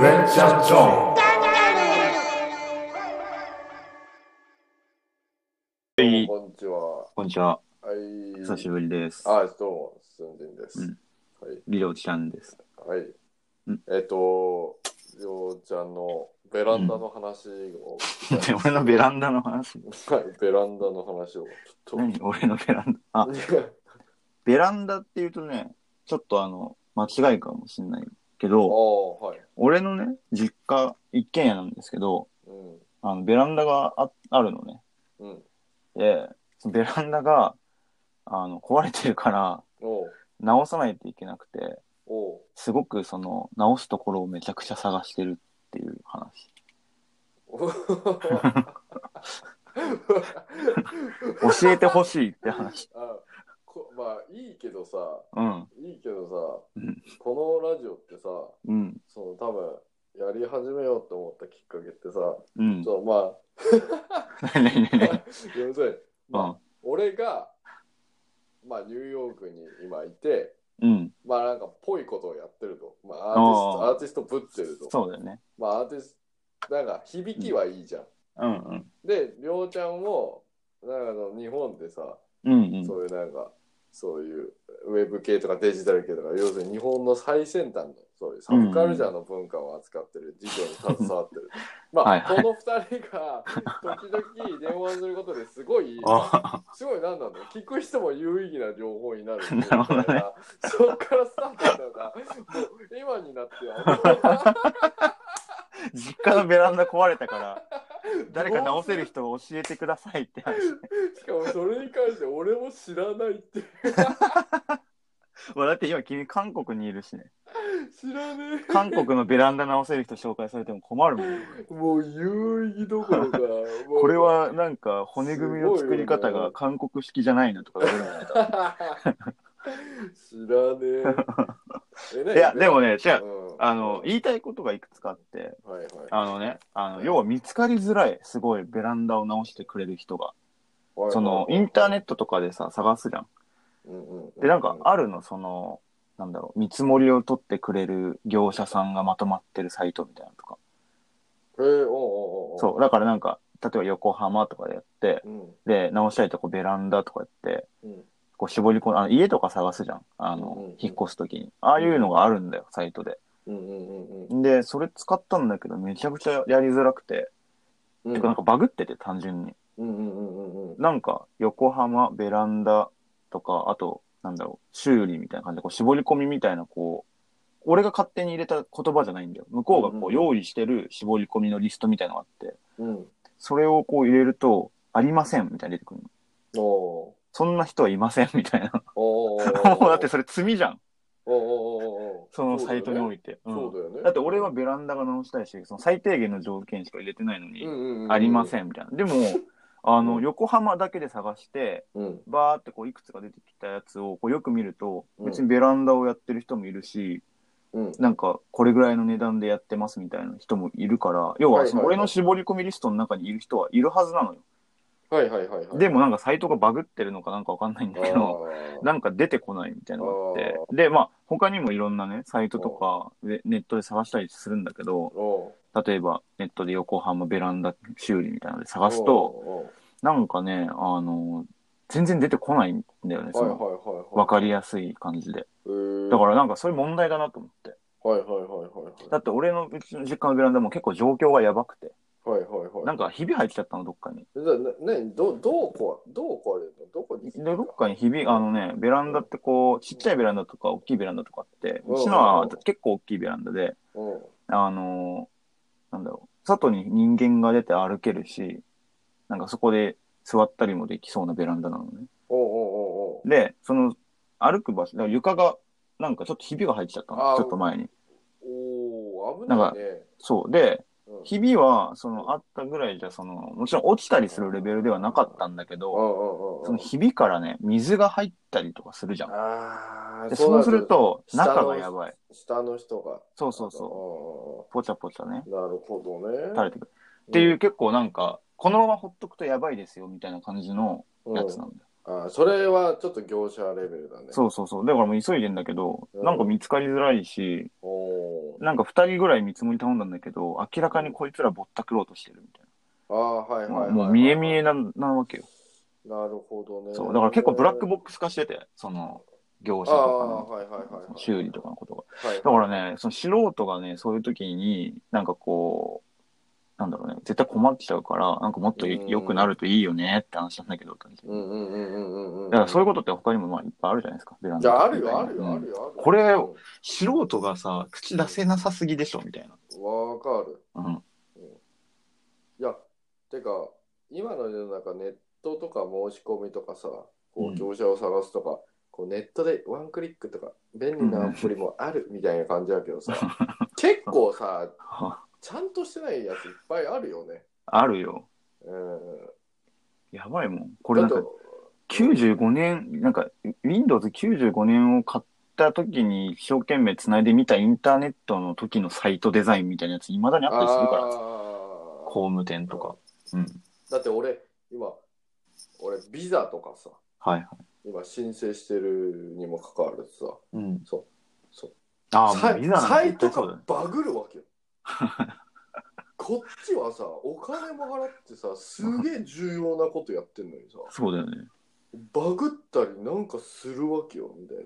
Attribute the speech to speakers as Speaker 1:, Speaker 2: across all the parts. Speaker 1: レンチャンゾーン
Speaker 2: はい、
Speaker 3: こんにちは。
Speaker 2: こんにちは。
Speaker 3: はい。
Speaker 2: 久しぶりです。
Speaker 3: あ、どうも、すんじんです。
Speaker 2: うんリロちゃんです。
Speaker 3: はい。
Speaker 2: うん
Speaker 3: えっ、と、りょうちゃんのベランダの話 を、
Speaker 2: で俺のベランダの話。
Speaker 3: はい、ベランダの話を、ちょっ
Speaker 2: 何俺のベラン ダ。あ、
Speaker 3: と。
Speaker 2: ベランダって言うとね、ちょっとあの、間違いかもしれないけ
Speaker 3: あ
Speaker 2: ど、
Speaker 3: あ、はい。
Speaker 2: 俺のね、実家、一軒家なんですけど、
Speaker 3: うん。
Speaker 2: あの、ベランダがああるのね。
Speaker 3: うん。
Speaker 2: で、そのベランダが、あの、壊れてるから、
Speaker 3: おう
Speaker 2: 直さないといけなくて、
Speaker 3: おう
Speaker 2: すごくその、直すところをめちゃくちゃ探してるっていう話。教えてほしいって話。
Speaker 3: あこまあ、いいけどさ、
Speaker 2: うん。
Speaker 3: いいけど
Speaker 2: う
Speaker 3: さ
Speaker 2: ん、
Speaker 3: このラジオってさ、
Speaker 2: うん。
Speaker 3: その多分、やり始めようと思ったきっかけってさ、
Speaker 2: うん。
Speaker 3: そう、まあ、
Speaker 2: 何何何々
Speaker 3: 要するに、まあ
Speaker 2: うん
Speaker 3: 俺が、まあ、ニューヨークに今いて、
Speaker 2: うん。
Speaker 3: まあなんかぽいことをやってると、まあ、ア
Speaker 2: あー
Speaker 3: ーティストアーティストぶってると、
Speaker 2: そうだよね。
Speaker 3: まあ、アーティストなんか響きはいいじゃん。
Speaker 2: うんうん。
Speaker 3: で、りょうちゃんもなんかあの日本でさ、
Speaker 2: うんうん。
Speaker 3: そういうなんかそういうウェブ系とかデジタル系とか要するに日本の最先端のそういうサブカルチャーの文化を扱ってる事業に携わってる、まあ、
Speaker 2: はいはい
Speaker 3: この2人が時々電話することです ごい
Speaker 2: あ
Speaker 3: すごいなんだろう聞く人も有意義な情報になる
Speaker 2: なるほどね
Speaker 3: そこからスタートしたのがもう今になっては
Speaker 2: 実家のベランダ壊れた から、誰か直せる人を教えてくださいって話。
Speaker 3: しかもそれに関して俺も知らないっていう
Speaker 2: まあだって今君韓国にいるし ね。
Speaker 3: 知らねえ
Speaker 2: 韓国のベランダ直せる人紹介されても困るも ん。
Speaker 3: もう有意義どころかもう
Speaker 2: これはなんか骨組みの作り方が韓国式じゃないなとか言われるんだけ
Speaker 3: 知らね え。
Speaker 2: ど。いや、でもね、違う。
Speaker 3: う
Speaker 2: あの、言いたいことがいくつかあって、
Speaker 3: はいはい。
Speaker 2: あのね、あの、要は見つかりづらい、すごいベランダを直してくれる人が。その、インターネ
Speaker 3: ッ
Speaker 2: ットとかでさ、探すじゃん。
Speaker 3: ト
Speaker 2: で、なんか、あるの、その、なんだろう、見積もりを取ってくれる業者さんがまとまってるサイトみたいなのとか。
Speaker 3: えー、おうおうおうおう
Speaker 2: そう、だからなんか、例えば横浜とかでやって、
Speaker 3: うん。
Speaker 2: で、直したいとこベランダとかやって、
Speaker 3: うん。
Speaker 2: こう絞り込んあの家とか探すじゃん。あ
Speaker 3: うんうん
Speaker 2: の
Speaker 3: うん、
Speaker 2: 引っ越すときに。ああいうのがあるんだよ、サイトで。
Speaker 3: うんうんうんうん
Speaker 2: で、それ使ったんだけど、めちゃくちゃやりづらくて、
Speaker 3: うん
Speaker 2: てかなんかバグってて、単純に。
Speaker 3: うんうんうんうんうん
Speaker 2: なんか、横浜、ベランダとか、あと、なんだろう、修理みたいな感じで、こう、絞り込みみたいな、こう、俺が勝手に入れた言葉じゃないんだよ。向こうがこ
Speaker 3: うんう
Speaker 2: う、
Speaker 3: ん
Speaker 2: 用意してる絞り込みのリストみたいなのがあって、
Speaker 3: うん。
Speaker 2: それをこう入れると、ありませんみたいな出てくるの。
Speaker 3: おお
Speaker 2: そんな人はいませんみ たいな。
Speaker 3: うおうおうおう
Speaker 2: もうだってそれ罪じゃん。
Speaker 3: おうおうおうおう
Speaker 2: そのサイトにおい
Speaker 3: て。
Speaker 2: て。うん
Speaker 3: そうだよね。
Speaker 2: だって俺はベランダが直したいし、その最低限の条件しか入れてないのに、ありませ
Speaker 3: ん。
Speaker 2: んみたいな。でも、あ
Speaker 3: う
Speaker 2: の、
Speaker 3: ん
Speaker 2: 横浜だけで探して、
Speaker 3: うん。
Speaker 2: バーってこういくつか出てきたやつをこうよく見ると、
Speaker 3: うん
Speaker 2: 別にベランダをやってる人もいるし、
Speaker 3: うん。
Speaker 2: なんかこれぐらいの値段でやってますみたいな人もいるから、要はその
Speaker 3: は
Speaker 2: 俺
Speaker 3: いはいはい
Speaker 2: の絞り込みリストの中にいる人はいるはずなのよ。
Speaker 3: はいはいはいはい。
Speaker 2: でもなんかサイトがバグってるのかなんかわかんないんだけど、
Speaker 3: あ
Speaker 2: なんか出てこないみたいなのがあって
Speaker 3: あ、
Speaker 2: で、まあ他にもいろんなね、サイトとかウェネットで探したりするんだけど
Speaker 3: ー、お
Speaker 2: 例えばネットで横浜ベランダ修理みたいなので
Speaker 3: う
Speaker 2: 探すと、
Speaker 3: おう
Speaker 2: なんかね、あの、全然出てこないんだよね、
Speaker 3: お
Speaker 2: そ
Speaker 3: うはいはい
Speaker 2: の、
Speaker 3: はいはい。
Speaker 2: わかりやすい感じで。
Speaker 3: る
Speaker 2: だからなんかそういう問題だなと思って。
Speaker 3: はいはいはいはい
Speaker 2: だって俺のうちの実家のベランダも結構状況がやばくて、
Speaker 3: はい。はいはいはい。
Speaker 2: なんかひび入っちゃったの、どっかに。
Speaker 3: じゃあ、な、ね、ど、どうこ、どう壊れるのどこに
Speaker 2: で、どっかにひび、あのね、ベランダってこう、ちっちゃいベランダとか大きいベランダとかあって、
Speaker 3: うん
Speaker 2: うちのは結構大きいベランダで、
Speaker 3: うん。
Speaker 2: あのーなんだろう、外に人間が出て歩けるし、なんかそこで座ったりもできそうなベランダなのね。
Speaker 3: おうおうおうおう
Speaker 2: で、その歩く場所、だから床がなんかちょっとひびが入っちゃった
Speaker 3: あ
Speaker 2: の、
Speaker 3: ー
Speaker 2: ちょっと前に。
Speaker 3: おー危ないね。
Speaker 2: そう。で、
Speaker 3: うん
Speaker 2: 日々は、その、あったぐらいじゃ、その、もちろん落ちたりするレベルではなかったんだけ
Speaker 3: う
Speaker 2: ど、
Speaker 3: んうんうん
Speaker 2: その日々からね、水が入ったりとかするじゃん。
Speaker 3: ああ、
Speaker 2: でそうすると、
Speaker 3: そうだ
Speaker 2: 中がやばい。
Speaker 3: 下の人が。
Speaker 2: そうそうそうう。ぽちゃぽちゃね、
Speaker 3: んうんうん。なるほどね。
Speaker 2: 垂れてくる。っていうう結構なんか、このままほっとくとやばいですよ、みたいな感じの
Speaker 3: ん
Speaker 2: やつなんだよ。
Speaker 3: あーそれはちょっと業者レベルだね。
Speaker 2: そうそうそう。だからもう急いでんだけど、
Speaker 3: うん
Speaker 2: なんか見つかりづらいし、
Speaker 3: おー
Speaker 2: なんか二人ぐらい見積もり頼んだんだけど、明らかにこいつらぼったくろうとしてるみたい
Speaker 3: ああ、はい
Speaker 2: な。
Speaker 3: はいはい、はい。
Speaker 2: もう見え見えななわけよ。
Speaker 3: なるほどね。
Speaker 2: そう。だから結構ブラックボックス化してて、その、業者
Speaker 3: あ
Speaker 2: と
Speaker 3: あ
Speaker 2: か、の
Speaker 3: はいはいはいはい。
Speaker 2: 修理とかのことが。
Speaker 3: はい。
Speaker 2: だからね、その素人がね、そういう時に、なんかこう、なんだろうね、絶対困っちゃうから、なんかもっとい
Speaker 3: うん
Speaker 2: 良くなるといいよねって話したんだけど、
Speaker 3: うんうんうんうんうんうん。
Speaker 2: だからそういうことって他にもまあいっぱいあるじゃないですか、ベラン
Speaker 3: じ
Speaker 2: ダ
Speaker 3: ゃ
Speaker 2: とか
Speaker 3: あ、あるよ、ある
Speaker 2: う
Speaker 3: よ、
Speaker 2: ん
Speaker 3: あるよ。あるよ
Speaker 2: これを。素人がさ、口出せなさすぎでしょ、みたいな。
Speaker 3: わかる。
Speaker 2: うん。
Speaker 3: いや、てか、今の世の中、ネットとか申し込みとかさ、こ
Speaker 2: うん
Speaker 3: う業者を探すとか、こうネットでワンクリックとか、便利なアプリもあるみたいな感じだけ どさ、結構さ、ちゃんとしてないやついっぱいあるよね。
Speaker 2: あるよ。
Speaker 3: うん。
Speaker 2: やばいもん。これなん
Speaker 3: だ
Speaker 2: か
Speaker 3: と
Speaker 2: 95年、なんか Windows95 年を買った時に一生懸命繋いでみたインターネットの時のサイトデザインみたいなやつ未だにあったりするから。
Speaker 3: あー
Speaker 2: 工務店とか。うん。
Speaker 3: だって俺、今、俺、ビザとかさ、
Speaker 2: はいはい。
Speaker 3: 今申請してるにもかかわらずさ、
Speaker 2: うん。
Speaker 3: そうそう。
Speaker 2: ああ、
Speaker 3: サ
Speaker 2: もう
Speaker 3: イ
Speaker 2: ビザなん
Speaker 3: サ
Speaker 2: て
Speaker 3: イ
Speaker 2: 絶
Speaker 3: ト
Speaker 2: 対そうだ
Speaker 3: が
Speaker 2: ね。
Speaker 3: バグるわ けよ。こっちはさ、お金も払ってさ、すげえ重要なことやってんのにさ、
Speaker 2: そうだよね。
Speaker 3: バグったりなんかするわけよ、みたいな。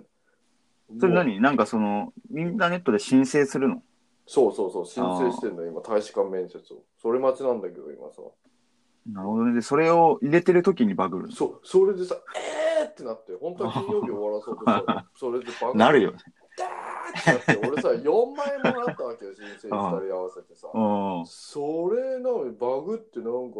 Speaker 2: それ
Speaker 3: もう
Speaker 2: 何なんかその、インターネットで申請するの
Speaker 3: そうそうそう、申請してんの、今、大使館面接を。それ待ちなんだけど、今さ。
Speaker 2: なるほどね。で、それを入れてる時にバグるの
Speaker 3: そう、それでさ、えーってなって、本当は金曜日終わらそうとしたら、それでバ グ
Speaker 2: なるよね。
Speaker 3: ダーってなって、俺さ、4万円もらったわけよ、申請2人合わせてさ。
Speaker 2: うん。
Speaker 3: それなのにバグってなんか、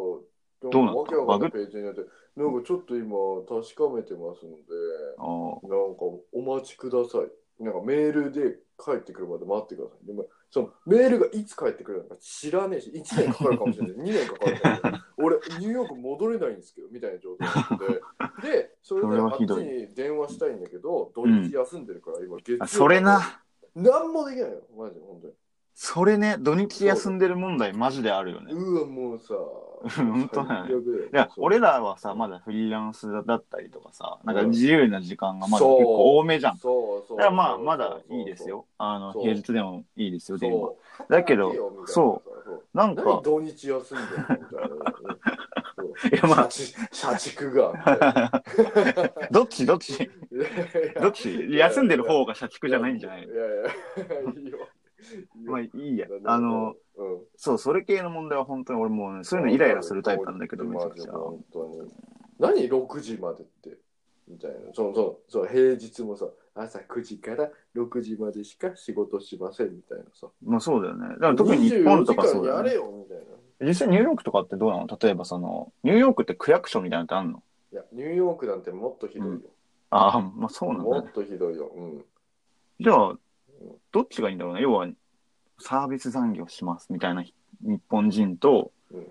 Speaker 2: どうな
Speaker 3: わ
Speaker 2: っ
Speaker 3: け
Speaker 2: た
Speaker 3: わかんないページになって、なんかちょっと今確かめてますので、
Speaker 2: あ
Speaker 3: なんかお待ちください。なんかメールで帰ってくるまで待ってください。でもそのメールがいつ帰ってくるのか知らねえし、1年かかるか もしれない、2年かかるかもしれない。俺、ニューヨーク戻れないんですけど、みたいな状態になってて、で、それ
Speaker 2: そ
Speaker 3: で
Speaker 2: れ
Speaker 3: あ
Speaker 2: は
Speaker 3: っち
Speaker 2: ひどい
Speaker 3: に電話したいんだけど、土
Speaker 2: ん
Speaker 3: 日休んでるから、今月曜日
Speaker 2: あ。それな。
Speaker 3: なんもできないよ、マジで、本当に。
Speaker 2: それね、土日休んでる問題マジであるよね。いう
Speaker 3: わ、もうさ、
Speaker 2: 本当だね
Speaker 3: 最悪だよ
Speaker 2: や、
Speaker 3: そう
Speaker 2: 俺らはさ、まだフリーランスだったりとかさ、なんか自由な時間がまだ結
Speaker 3: そう
Speaker 2: 構多めじゃん。だ
Speaker 3: そうそう。
Speaker 2: からまあ、まだいいですよ。あの、
Speaker 3: そう
Speaker 2: 平日でもいいです
Speaker 3: そう。
Speaker 2: よ、電話。
Speaker 3: そう
Speaker 2: だけど
Speaker 3: 働よみたいな
Speaker 2: そなん
Speaker 3: そう
Speaker 2: か
Speaker 3: 何、土日休んでるのみたいなそう。
Speaker 2: いや まあ
Speaker 3: 社畜社畜が。みたいな
Speaker 2: どっちどっち
Speaker 3: いやいや
Speaker 2: どっち休んでる方が社畜じゃないんじゃない
Speaker 3: いやいや、いいよ。いいよ
Speaker 2: まあいいや
Speaker 3: なん。か
Speaker 2: あの、
Speaker 3: うん
Speaker 2: そう、それ系の問題は本当に俺もうね、そういうのイライラするタイプなんだけど、めちゃくちゃ。
Speaker 3: 本当に。何6時までって。みたいな。その、その、そう、平日もさ、朝9時から6時までしか仕事しませんみたいなさ。
Speaker 2: まあそうだよね。だから特に日本とかそうだ
Speaker 3: 24時間や
Speaker 2: よ
Speaker 3: れ
Speaker 2: ね。
Speaker 3: よ、みたいな。
Speaker 2: 実際ニューヨークとかってどうなの例えばその、ニューヨークって区役所みたいなのってあんの
Speaker 3: いや、ニューヨークなんてもっとひどいよ。
Speaker 2: ああ、まあそうなん
Speaker 3: も
Speaker 2: だ、
Speaker 3: っ
Speaker 2: ね。
Speaker 3: とひどいよ。うん。
Speaker 2: じゃあ、どっちがいいんだろうね。要は、サービス残業しますみたいな日日本人と、
Speaker 3: うん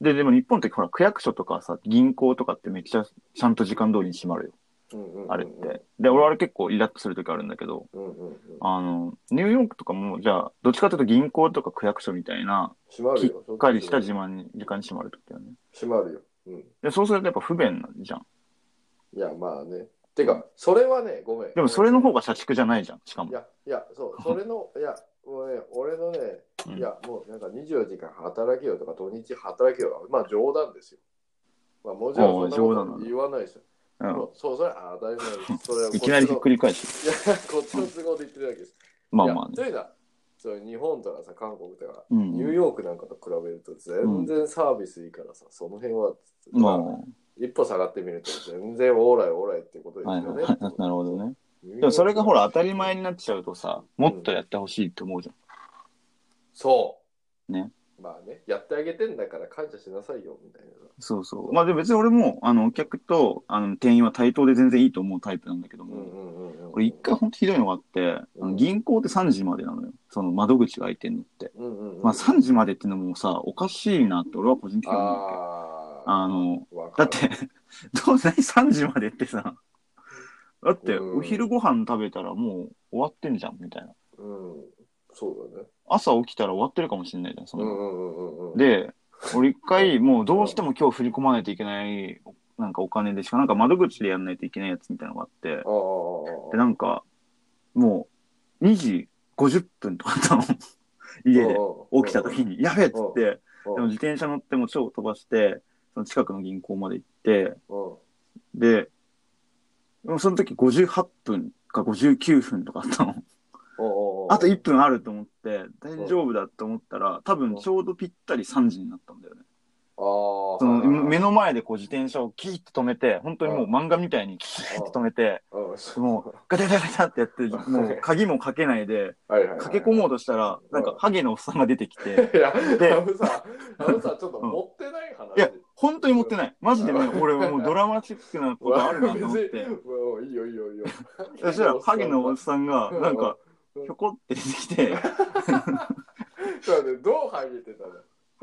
Speaker 2: で、でも日本ってほら、区役所とかさ、銀行とかってめっちゃちゃんと時間通りに閉まるよ。
Speaker 3: うんうんうん
Speaker 2: あれって。。で、俺は結構イラッとする時あるんだけど、
Speaker 3: うんうんうん。
Speaker 2: あの、ニューヨークとかも、じゃあ、どっちかというと銀行とか区役所みたいな、
Speaker 3: 閉ま
Speaker 2: き
Speaker 3: る
Speaker 2: っ
Speaker 3: よ。
Speaker 2: かりした時間に、時間に閉まるときだよね。
Speaker 3: 閉まるよ。うん。
Speaker 2: で、そうするとやっぱ不便なんじゃん。
Speaker 3: いや、まあね。てか、それはね、ごめん。
Speaker 2: でもそれの方が社畜じゃないじゃん、しか
Speaker 3: い
Speaker 2: も。
Speaker 3: や、いや、 そう、それの、いや、もうね、俺のね、
Speaker 2: うん
Speaker 3: いや、もうなんか24時間働けよとか、土日働けよ、まあ冗談ですよ。まあ、もちろんそ
Speaker 2: おう冗談
Speaker 3: んな
Speaker 2: なの
Speaker 3: こと言わないですよ。
Speaker 2: うん
Speaker 3: そう、そうそれは当たり前です。それはこっ
Speaker 2: い
Speaker 3: ちの
Speaker 2: きなりひっくり返して。
Speaker 3: いや、 こっちの都合で言ってるだけです。
Speaker 2: まあ
Speaker 3: いや
Speaker 2: まあ
Speaker 3: と
Speaker 2: ね。
Speaker 3: いうのは、そう日本とかさ、韓国とか、
Speaker 2: う
Speaker 3: ニュー
Speaker 2: ん。
Speaker 3: ヨークなんかと比べると全然サービスいいからさ、その辺は、
Speaker 2: まあ、
Speaker 3: 一歩下がってみると全然オーライオーライってことです
Speaker 2: はい
Speaker 3: よ
Speaker 2: は
Speaker 3: ね
Speaker 2: い。 はい。なるほどね。
Speaker 3: ニューヨーク
Speaker 2: でもそれがほら、当たり前になっちゃうとさ、もっとやってほしいって思うじゃん。
Speaker 3: そう。
Speaker 2: ね。
Speaker 3: まあね、やってあげてんだから感謝しなさいよ、みたいな。
Speaker 2: そうそう。まあでも別に俺も、あの、お客と、あの、店員は対等で全然いいと思うタイプなんだけど
Speaker 3: うん
Speaker 2: も、
Speaker 3: うんうんうん。
Speaker 2: 俺一回ほんとひどいのがあって、あの銀行って3時までなのよ。その窓口が開いてんのって。
Speaker 3: うんうんうん、
Speaker 2: まあ3時までってのもさ、おかしいなって俺は個人的に思うわけ
Speaker 3: あー
Speaker 2: あの、
Speaker 3: わ
Speaker 2: だ
Speaker 3: か
Speaker 2: っ
Speaker 3: る
Speaker 2: て、 どうない3時までってさ、だって
Speaker 3: うん
Speaker 2: お昼ご飯食べたらもう終わってんじゃんみたいな。
Speaker 3: うん、そうだね。
Speaker 2: 朝起きたら終わってるかもしれないじゃん、そうの。
Speaker 3: んうんうんうん。、
Speaker 2: で、俺一回もうどうしても今日振り込まないといけない、なんかお金でしか、なんか窓口でやんないといけないやつみたいなのがあって
Speaker 3: あ、あ、
Speaker 2: で、なんか、もう2時50分とかだったの。家で
Speaker 3: うん
Speaker 2: 起きた時に、やべえっつって、
Speaker 3: うん
Speaker 2: でも自転車乗ってもう超飛ばして、その近くの銀行まで行って、
Speaker 3: うん
Speaker 2: で、でもその時58分か59分とかあったの。
Speaker 3: うんうん
Speaker 2: あと1分あると思って、大丈夫だと思ったら、多分ちょうどぴったり3時になったんだよね。
Speaker 3: あ
Speaker 2: そ
Speaker 3: ー
Speaker 2: の
Speaker 3: はいはいはい
Speaker 2: 目の前でこう自転車をキーッと止めて、本当にもう漫画みたいにキーッと止めて、
Speaker 3: うんそう
Speaker 2: もうガタガタガタってやって、もう鍵もかけないで、
Speaker 3: はいはいはい
Speaker 2: 駆け込もうとしたら、なんかハゲのおっさんが出てきて、
Speaker 3: いや、
Speaker 2: で
Speaker 3: あのさ、あのさ、ちょっと持ってない話。
Speaker 2: いや、本当に持ってない。マジでね、俺もうドラマチックなことあるなと思っ
Speaker 3: 別
Speaker 2: て
Speaker 3: に。うんいいよいいよいいよ。
Speaker 2: そしたら、ハゲのおっさんが、なんか、
Speaker 3: うん
Speaker 2: ひょこって出てきて、
Speaker 3: そうだね、どうハゲてたの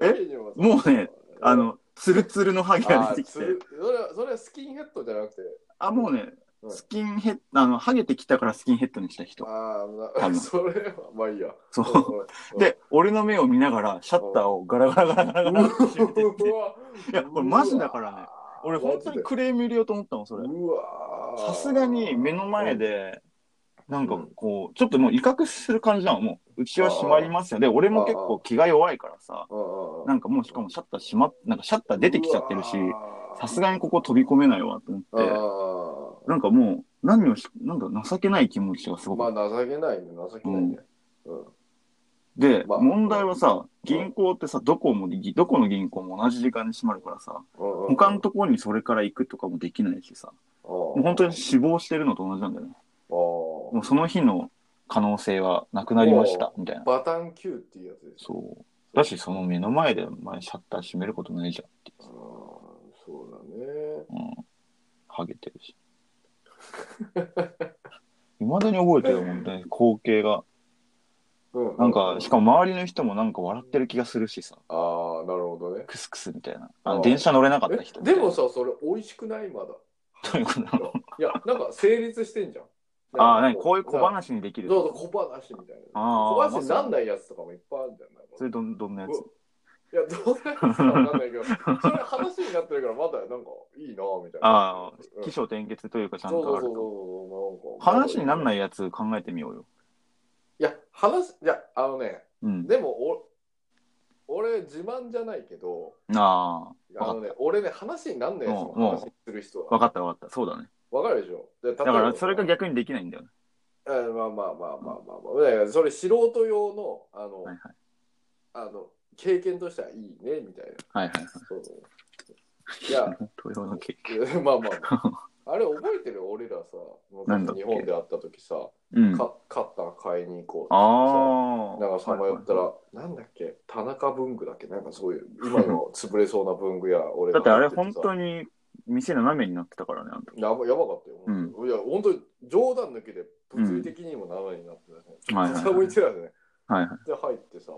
Speaker 2: え
Speaker 3: ハゲにさ
Speaker 2: もうね、あ、の、ツルツルのハゲが
Speaker 3: あ
Speaker 2: 出てき
Speaker 3: つ
Speaker 2: て、
Speaker 3: るそれは、それはスキンヘッドじゃなくて、
Speaker 2: あ、もうね、
Speaker 3: うん
Speaker 2: スキンヘッド、あの、ハゲてきたからスキンヘッドにした人。
Speaker 3: あ
Speaker 2: 多
Speaker 3: あ、
Speaker 2: 分
Speaker 3: それは、ま あいいや。
Speaker 2: そう。
Speaker 3: うん、
Speaker 2: で、俺の目を見ながら、シャッターをガラガラガラガラ
Speaker 3: う
Speaker 2: ガ
Speaker 3: わ
Speaker 2: ラって閉めてって
Speaker 3: う、わ
Speaker 2: いや、これマジだからね。俺、本当にクレーム入れようと思ったの、それ。
Speaker 3: うわ
Speaker 2: さすがに目の前で、なんかこう、ちょっともう威嚇する感じなの。もう、うちは閉まりますよ。で、俺も結構気が弱いからさ、
Speaker 3: うん、
Speaker 2: なんかもうしかもシャッター閉まっ、なんかシャッター出てきちゃってるし、
Speaker 3: うわー
Speaker 2: さすがにここ飛び込めないわと思って、
Speaker 3: あ
Speaker 2: なんかもう、何をし、なんか情けない気持ちがす
Speaker 3: あ
Speaker 2: ごく
Speaker 3: まあ情けないね情けないね、うん
Speaker 2: で、
Speaker 3: まあ
Speaker 2: 問題はさ、銀行ってさ、どこもでき、どこの銀行も同じ時間に閉まるからさ、
Speaker 3: うん
Speaker 2: 他のところにそれから行くとかもできないしさ、もう本当に死亡してるのと同じなんだよね。
Speaker 3: に
Speaker 2: もうその日の可能性はなくなりました、みたいな。
Speaker 3: バタン Q っていうやつです
Speaker 2: そう。だし、その目の前で、前シャッター閉めることないじゃんって。
Speaker 3: あーそうだね
Speaker 2: うん。ハゲてる し。いまだに覚えてるよ、本当に。光景が。
Speaker 3: うん
Speaker 2: なんか、しかも周りの人もなんか笑ってる気がするしさ、
Speaker 3: ああなるほどね
Speaker 2: クスクスみたいな。あ
Speaker 3: あ
Speaker 2: の、
Speaker 3: ー
Speaker 2: 電車乗れなかった人
Speaker 3: え
Speaker 2: みたい
Speaker 3: で
Speaker 2: な。
Speaker 3: もさそれ美味しくないま だ
Speaker 2: どういうことなの
Speaker 3: いやなんか成立してんじゃん
Speaker 2: ああ、
Speaker 3: な
Speaker 2: なんん
Speaker 3: か
Speaker 2: かこういう小
Speaker 3: な
Speaker 2: 話にできる。
Speaker 3: そうそう小話みたいな
Speaker 2: あ
Speaker 3: 小
Speaker 2: ー
Speaker 3: 話になんないやつとかもいっぱいあるんじゃない
Speaker 2: それどん、どんなやつ
Speaker 3: いや、どうなるかわかんないけど、それ話になってるから、まだなんかいいなみたいな。
Speaker 2: あ
Speaker 3: うん
Speaker 2: あ、起承転結というかちゃん
Speaker 3: そう
Speaker 2: と
Speaker 3: そ
Speaker 2: あ
Speaker 3: う
Speaker 2: る
Speaker 3: そう
Speaker 2: と。
Speaker 3: そう。なんか
Speaker 2: 話になんないやつ考えてみようよ。
Speaker 3: いや、話、いや、あのね、
Speaker 2: うん。
Speaker 3: でもお、俺、自慢じゃないけど、
Speaker 2: あ
Speaker 3: あのね、俺ね、話になんないやつの
Speaker 2: もうもう
Speaker 3: 話する人
Speaker 2: あ、わ
Speaker 3: は。
Speaker 2: かったわかった。そうだね。
Speaker 3: わかるでしょだ
Speaker 2: だから、それが逆にできないんだよね。
Speaker 3: まあまあまあまあまあまあ。だからそれ、素人用の、あの、
Speaker 2: はい
Speaker 3: あの、経験としてはいいね、みたいな。
Speaker 2: はい。はいはい
Speaker 3: そういや
Speaker 2: はい。豊のケーキ。
Speaker 3: いやまあまあま あ。あれ覚えてる俺らさ、
Speaker 2: なんだっけ
Speaker 3: 日本で会った時さ、
Speaker 2: うん。あ
Speaker 3: かカッター買いに行こう
Speaker 2: あ。
Speaker 3: なんかさまよったら、なんだっけ、田中文具だっけ、なんかそういう、今の潰れそうな文具や、俺
Speaker 2: だってあれ本
Speaker 3: に。
Speaker 2: 当に店斜めになってたからね、あの時。
Speaker 3: やばやばかったよ、本当にいや、本当に冗談抜きで、物理的にも斜めになってたね。
Speaker 2: うんはいはいはい
Speaker 3: 下向いてたよね。
Speaker 2: はいはい。
Speaker 3: で、入ってさ、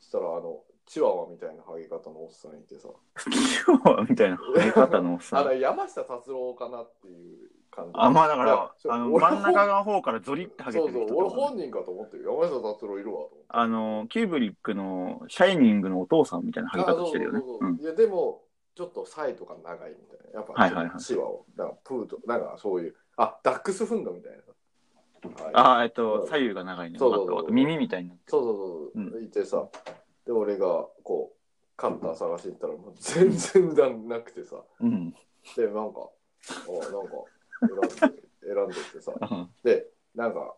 Speaker 3: したら、あの、チワワみたいなハゲ方のおっさんいてさ、
Speaker 2: 今日は みたいな生え 方の
Speaker 3: あ
Speaker 2: さ
Speaker 3: の、。山下達郎かなっていう感じ。
Speaker 2: あ、まあだか
Speaker 3: いや
Speaker 2: ら、
Speaker 3: そう
Speaker 2: あの、
Speaker 3: 俺
Speaker 2: 真ん中の方からゾリってハゲてる人
Speaker 3: そう
Speaker 2: と
Speaker 3: そう、俺
Speaker 2: かね
Speaker 3: 本人かと思ってる。山下達郎いるわと思って。
Speaker 2: あの、キューブリックのシャイニングのお父さんみたいなハゲ
Speaker 3: あ
Speaker 2: 方してるよね
Speaker 3: そうそう。
Speaker 2: う
Speaker 3: そうそういや、でも、ちょっとサイとか長いみたいな。やっぱ、
Speaker 2: はいはいはい
Speaker 3: チワワ、なんかプーと、なんかそういう、あ、ダックスフンドみたいな。はい
Speaker 2: ん。ああ、えっと、
Speaker 3: うん
Speaker 2: 左右が長いね。
Speaker 3: そうそうそう
Speaker 2: わかったわかった耳みたいになってる
Speaker 3: そうそうそうそう、いてさ、で、俺が、こう、カッター探しに行ったら、もう全然だなくてさ、
Speaker 2: うん。
Speaker 3: で、なんか、おなんか、選んで、 選んでってさ、
Speaker 2: うん
Speaker 3: で、なんか、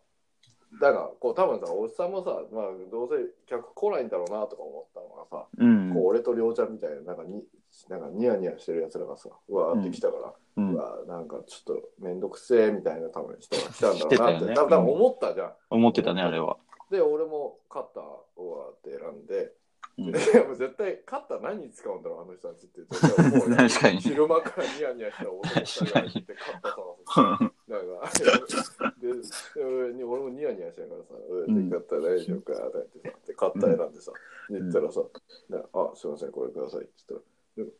Speaker 3: だから、こう、多分さ、おっさんもさ、まあ、どうせ客来ないんだろうなとか思ったのがさ、
Speaker 2: うん
Speaker 3: こう。俺とりょうちゃんみたいななんかになんかニヤニヤしてるやつらがさうわーって来たから、
Speaker 2: う
Speaker 3: うんわーなんかちょっと面倒くせえみたいな多分人 が来たんだろうな
Speaker 2: 知
Speaker 3: って
Speaker 2: ってたよね
Speaker 3: 多分多分思ったじゃん。
Speaker 2: 思ってたね、あれは。
Speaker 3: で俺もカッターをって選んで、
Speaker 2: うん
Speaker 3: でいやもう絶対カッター何に使うんだろうあの人たち って絶対思うよ
Speaker 2: 確かにね。
Speaker 3: 昼間からニヤニヤした男2人がいてカッター探す。だから、 で、で俺もニヤニヤしながらさ、うん、で、買ったら大丈夫か、とか言ってさ、で、買った選んでさ、で言ったらさ、であ、すいません、これくださいって言ったら、で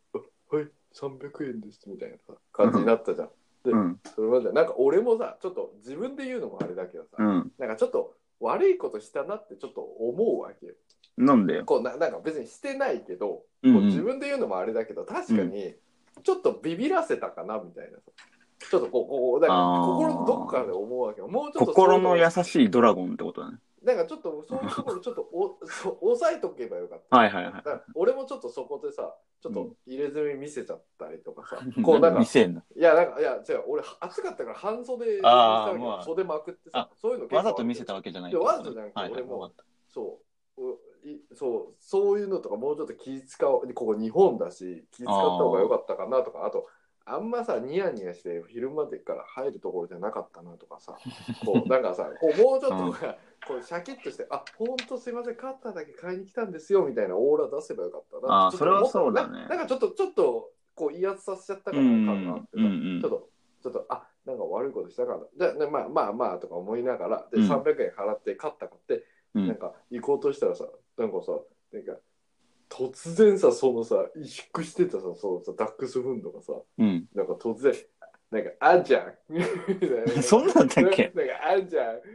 Speaker 3: あはい、300円です、みたいなさ感じになったじゃん。
Speaker 2: うん。
Speaker 3: それまで、なんか俺もさ、ちょっと自分で言うのもあれだけどさ、
Speaker 2: うん。
Speaker 3: なんかちょっと悪いことしたなってちょっと思うわけよ。
Speaker 2: なんだよ。
Speaker 3: こうな、なんか別にしてないけど、こう
Speaker 2: うんうん
Speaker 3: 自分で言うのもあれだけど、確かに、ちょっとビビらせたかな、みたいなさ。ちょっとこう、こう、だから
Speaker 2: あー
Speaker 3: 心のどっかで思うわけよ。もうちょっとそういう
Speaker 2: 心の優しいドラゴンってことだね。
Speaker 3: なんかちょっとそういうところちょっとお そう抑えとけばよかった。
Speaker 2: はいはいは
Speaker 3: だから俺もちょっとそこでさ、ちょっと入れ墨見せちゃったりとかさ、
Speaker 2: い。
Speaker 3: こうなんか、
Speaker 2: 2000の。
Speaker 3: いや、なんか、いや、違う、俺、暑かったから半袖で
Speaker 2: あー
Speaker 3: 見せたわけ
Speaker 2: まあ
Speaker 3: 袖まくってさ
Speaker 2: あ、
Speaker 3: そういうの結構
Speaker 2: わざと見せたわけじゃないってことね。
Speaker 3: いやわざとじゃなくて
Speaker 2: はいはい
Speaker 3: 俺も
Speaker 2: わかっ
Speaker 3: そうおいそう、そういうのとか、もうちょっと気使おう、ここ日本だし、気使った方が良かったかなとか、あと、あんまさ、ニヤニヤして、昼までから入るところじゃなかったなとかさ、こう、なんかさ、こうもうちょっと、
Speaker 2: うん
Speaker 3: こうシャキッとして、あ、ほんとすいません、カッターだけ買いに来たんですよ、みたいなオーラ出せばよかったな。
Speaker 2: あー
Speaker 3: ちょっと
Speaker 2: それはそうだね
Speaker 3: ななんかちょっと、ちょっと、こう、威圧させちゃっ
Speaker 2: た
Speaker 3: たか
Speaker 2: う
Speaker 3: ら
Speaker 2: ん
Speaker 3: 感があって
Speaker 2: う
Speaker 3: さ、
Speaker 2: ん
Speaker 3: ちょっと、ちょっと、あなんか悪いことしたから、じゃあねまあまあまあとか思いながら、で、
Speaker 2: うん
Speaker 3: 300円払って、買った買って、
Speaker 2: うん
Speaker 3: なんか行こうとしたらさ、なんかさ、なんか、突然さ、そのさ、萎縮してたさ、そのさ、ダックスフンドがさ、
Speaker 2: うん。
Speaker 3: なんか突然、なんか、あんじゃん みたい
Speaker 2: うん。
Speaker 3: な
Speaker 2: そんなんだっけ
Speaker 3: なんか、あんじゃん。なんか、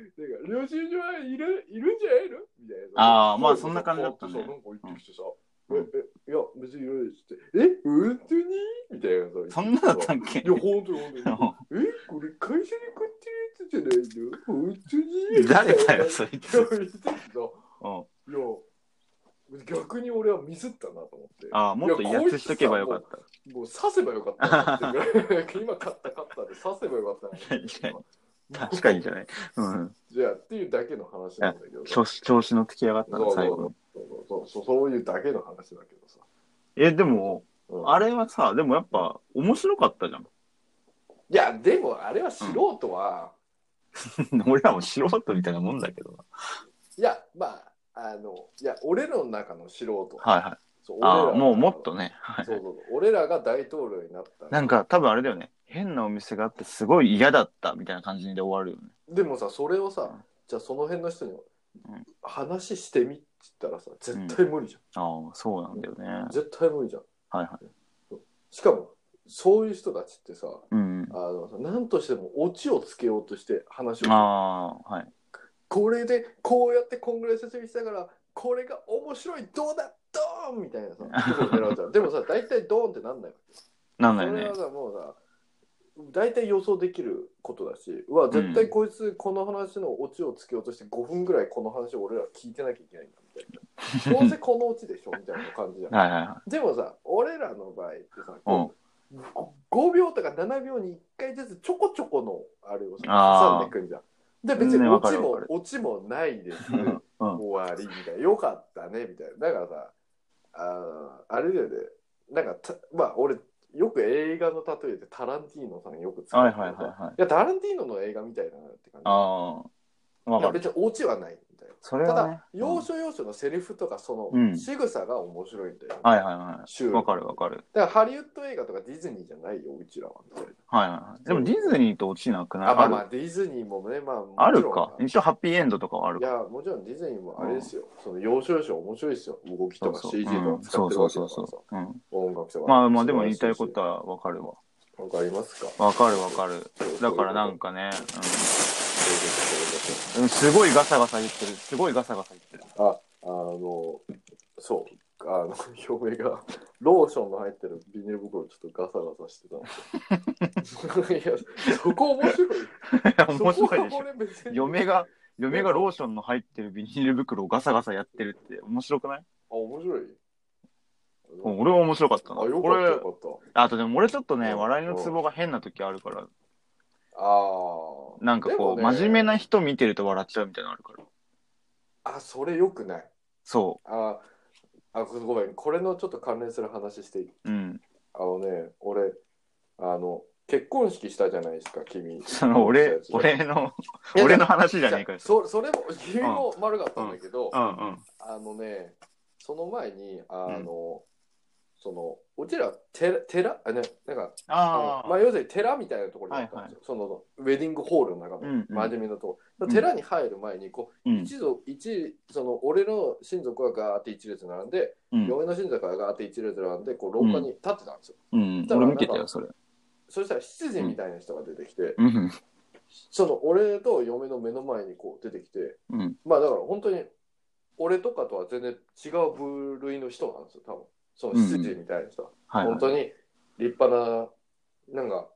Speaker 3: 領収書はいるいるんじゃないのみたいな。
Speaker 2: あーまあそんな感じだったね
Speaker 3: そうなんか言ってきてさ、
Speaker 2: うん
Speaker 3: え、え、いや、別にいるですって、え、本当にみたいな
Speaker 2: そ
Speaker 3: さ。
Speaker 2: んなだったっけ
Speaker 3: いや、本当に本 当に。えこれ会社に買ってるやつじゃな いの本当に
Speaker 2: 誰だよそいつ
Speaker 3: や言ってたけど
Speaker 2: うん
Speaker 3: い や逆に俺はミスったなと思って
Speaker 2: ああ、もっと威圧しとけばよかった。
Speaker 3: もう刺せばよかったな っていう今勝った勝ったで刺せばよかったな
Speaker 2: 確か確かにじゃない。うん。
Speaker 3: じゃあっていうだけの話なんだけど
Speaker 2: 調子調子のつき上がった
Speaker 3: そ
Speaker 2: の、
Speaker 3: うそう
Speaker 2: 最
Speaker 3: そ
Speaker 2: 後
Speaker 3: う。そうそうそういうだけの話だけどさ、
Speaker 2: え、でも、
Speaker 3: うん
Speaker 2: あれはさ、でもやっぱ、面白かったじゃん。
Speaker 3: いやでもあれは素人は、
Speaker 2: 俺らも素人みたいなもんだけどな。
Speaker 3: いやまああのいや俺らの中の素人は、
Speaker 2: はいはい。
Speaker 3: そう俺ら
Speaker 2: ああ、
Speaker 3: の中の
Speaker 2: もうもっとね。はい
Speaker 3: そうそうそう俺らが大統領になった
Speaker 2: なんか多分あれだよね。変なお店があってすごい嫌だったみたいな感じで終わるよね。
Speaker 3: でもさそれを
Speaker 2: うん
Speaker 3: さじゃあその辺の人に
Speaker 2: ん
Speaker 3: 話してみって言ったらさ絶対無理じゃ
Speaker 2: ああ、そうなんだよね。
Speaker 3: ん、絶対無理じゃん
Speaker 2: はいはい。
Speaker 3: しかもそういう人たちってさ
Speaker 2: うんうん。
Speaker 3: あのさ何としてもオチをつけようとして話を
Speaker 2: ああ、はい。
Speaker 3: これでこうやってこんぐらい説明したからこれが面白いどうだドーンみたいなさところを狙うじゃんでもさ大体ドーンってなんないわけ
Speaker 2: なん
Speaker 3: そ
Speaker 2: だよ
Speaker 3: れ
Speaker 2: ね
Speaker 3: は。さもうさ大体予想できることだしうわ絶対こいつこの話のオチをつけようとして5分ぐらいこの話を俺ら聞いてなきゃいけないんだみたいなどうせこのオチでしょみたいな感じじゃん
Speaker 2: はいはいは
Speaker 3: でもさ俺らの場合ってさ、こう5秒とか7秒に1回ずつちょこちょこのあれをさ
Speaker 2: あー
Speaker 3: 挟んでいくんじゃんで別
Speaker 2: うん
Speaker 3: に
Speaker 2: ね
Speaker 3: オ
Speaker 2: わか
Speaker 3: チ
Speaker 2: る
Speaker 3: も、
Speaker 2: わかる
Speaker 3: オチもないです
Speaker 2: い。うん。うん
Speaker 3: 終わりみたいな。よかったね、みたいな。だからさ、あーあれだよね。なんかた、まあ俺、よく映画の例えでタランティーノさんよく使う
Speaker 2: は
Speaker 3: け
Speaker 2: い
Speaker 3: どさ。
Speaker 2: はいはいはい。
Speaker 3: いや、タランティーノの映画みたいだなって感じ。
Speaker 2: ああ、わ
Speaker 3: い
Speaker 2: かる。
Speaker 3: や、別にオチはないみたいな。
Speaker 2: それ
Speaker 3: た
Speaker 2: はね
Speaker 3: だ。、要所要所のセリフとか、そ
Speaker 2: うん
Speaker 3: の仕草が面白いんだよ。
Speaker 2: はいはいは
Speaker 3: シュー
Speaker 2: い。
Speaker 3: ル
Speaker 2: わかるわかる。
Speaker 3: だからハリウッド映画とかディズニーじゃないよ、うちらは。みたい
Speaker 2: はいはいはい。でもディズニーと落ちなく
Speaker 3: な。
Speaker 2: な
Speaker 3: あ、
Speaker 2: い
Speaker 3: まあ
Speaker 2: あ
Speaker 3: ま
Speaker 2: る
Speaker 3: あ、ディズニーもね、まあ、も
Speaker 2: あ
Speaker 3: ち
Speaker 2: る
Speaker 3: ろん
Speaker 2: か。一応ハッピーエンドとかはある
Speaker 3: い
Speaker 2: か。
Speaker 3: や、もちろんディズニーもあれですよ。その要所要所面白いですよ。動き
Speaker 2: そ
Speaker 3: と
Speaker 2: う
Speaker 3: か
Speaker 2: そう。
Speaker 3: CG
Speaker 2: う
Speaker 3: と
Speaker 2: ん
Speaker 3: か使
Speaker 2: そ
Speaker 3: っ
Speaker 2: う
Speaker 3: てる
Speaker 2: そ
Speaker 3: わ
Speaker 2: う
Speaker 3: け
Speaker 2: そ
Speaker 3: だ
Speaker 2: う
Speaker 3: からさ
Speaker 2: そう。うん。
Speaker 3: 音楽とか。
Speaker 2: まあまあでも言いたいことはわかるわ。
Speaker 3: わかりますか
Speaker 2: わかるわかる。だからなん
Speaker 3: か。
Speaker 2: かね、
Speaker 3: そうそうそう
Speaker 2: うんうん、すごいガサガサ言ってる。すごいガサガサ言ってる。
Speaker 3: あの、そう。あの、 嫁が、ローションの入ってるビニール袋ちょっとガサガサしてたん ですよ。いや、そこ面白い。
Speaker 2: 面白いでし
Speaker 3: そこ
Speaker 2: ょ。
Speaker 3: が俺別に
Speaker 2: 嫁が、嫁がローションの入ってるビニール袋をガサガサやってるって面白くない
Speaker 3: あ、面白い。
Speaker 2: うん俺は面白かったな。
Speaker 3: あ、よ
Speaker 2: こ
Speaker 3: かった
Speaker 2: れ
Speaker 3: よ、かった。
Speaker 2: あとでも俺ちょっとね、
Speaker 3: うん
Speaker 2: 笑いのツボが変な時あるから、
Speaker 3: ああ。
Speaker 2: なんかこう、
Speaker 3: でもね
Speaker 2: 真面目な人見てると笑っちゃうみたいなのあるから。
Speaker 3: あ、それよくない。
Speaker 2: そ
Speaker 3: あ、あ、ごめん。これのちょっと関連する話していい。
Speaker 2: う。うん。
Speaker 3: あのね、俺、あの、結婚式したじゃないですか、君。
Speaker 2: その俺、俺の、俺の話じ
Speaker 3: じ
Speaker 2: ゃねえかよ。
Speaker 3: そそれも、君も丸かったんだけど、
Speaker 2: うんうん。
Speaker 3: あのね、その前に、あの、その、うちら、寺、寺あ、ね、なんか、
Speaker 2: あ
Speaker 3: あ
Speaker 2: あ。
Speaker 3: のまあ、要するに寺みたいなところにあったんですよ。その、ウェディングホールの中の、
Speaker 2: うんうん
Speaker 3: 真面目なところ。
Speaker 2: ん
Speaker 3: 寺に入る前に、こ
Speaker 2: う
Speaker 3: う、
Speaker 2: ん。
Speaker 3: 一族、一、その、俺の親族はガーって一列並んで、
Speaker 2: うん。
Speaker 3: 嫁の親族はガーって一列並んで、こう、廊下に立ってたんですよ。
Speaker 2: うん。俺見てたよ、それ。
Speaker 3: そしたら、執事みたいな人が出てきて、
Speaker 2: うん。
Speaker 3: その俺と嫁の目の前にこう出てきて、
Speaker 2: うん。
Speaker 3: まあだから本当に俺とかとは全然違う部類の人なんですよ、多分。その執事みたいな人は、
Speaker 2: はい、はい
Speaker 3: 本。当に立派な、なんか、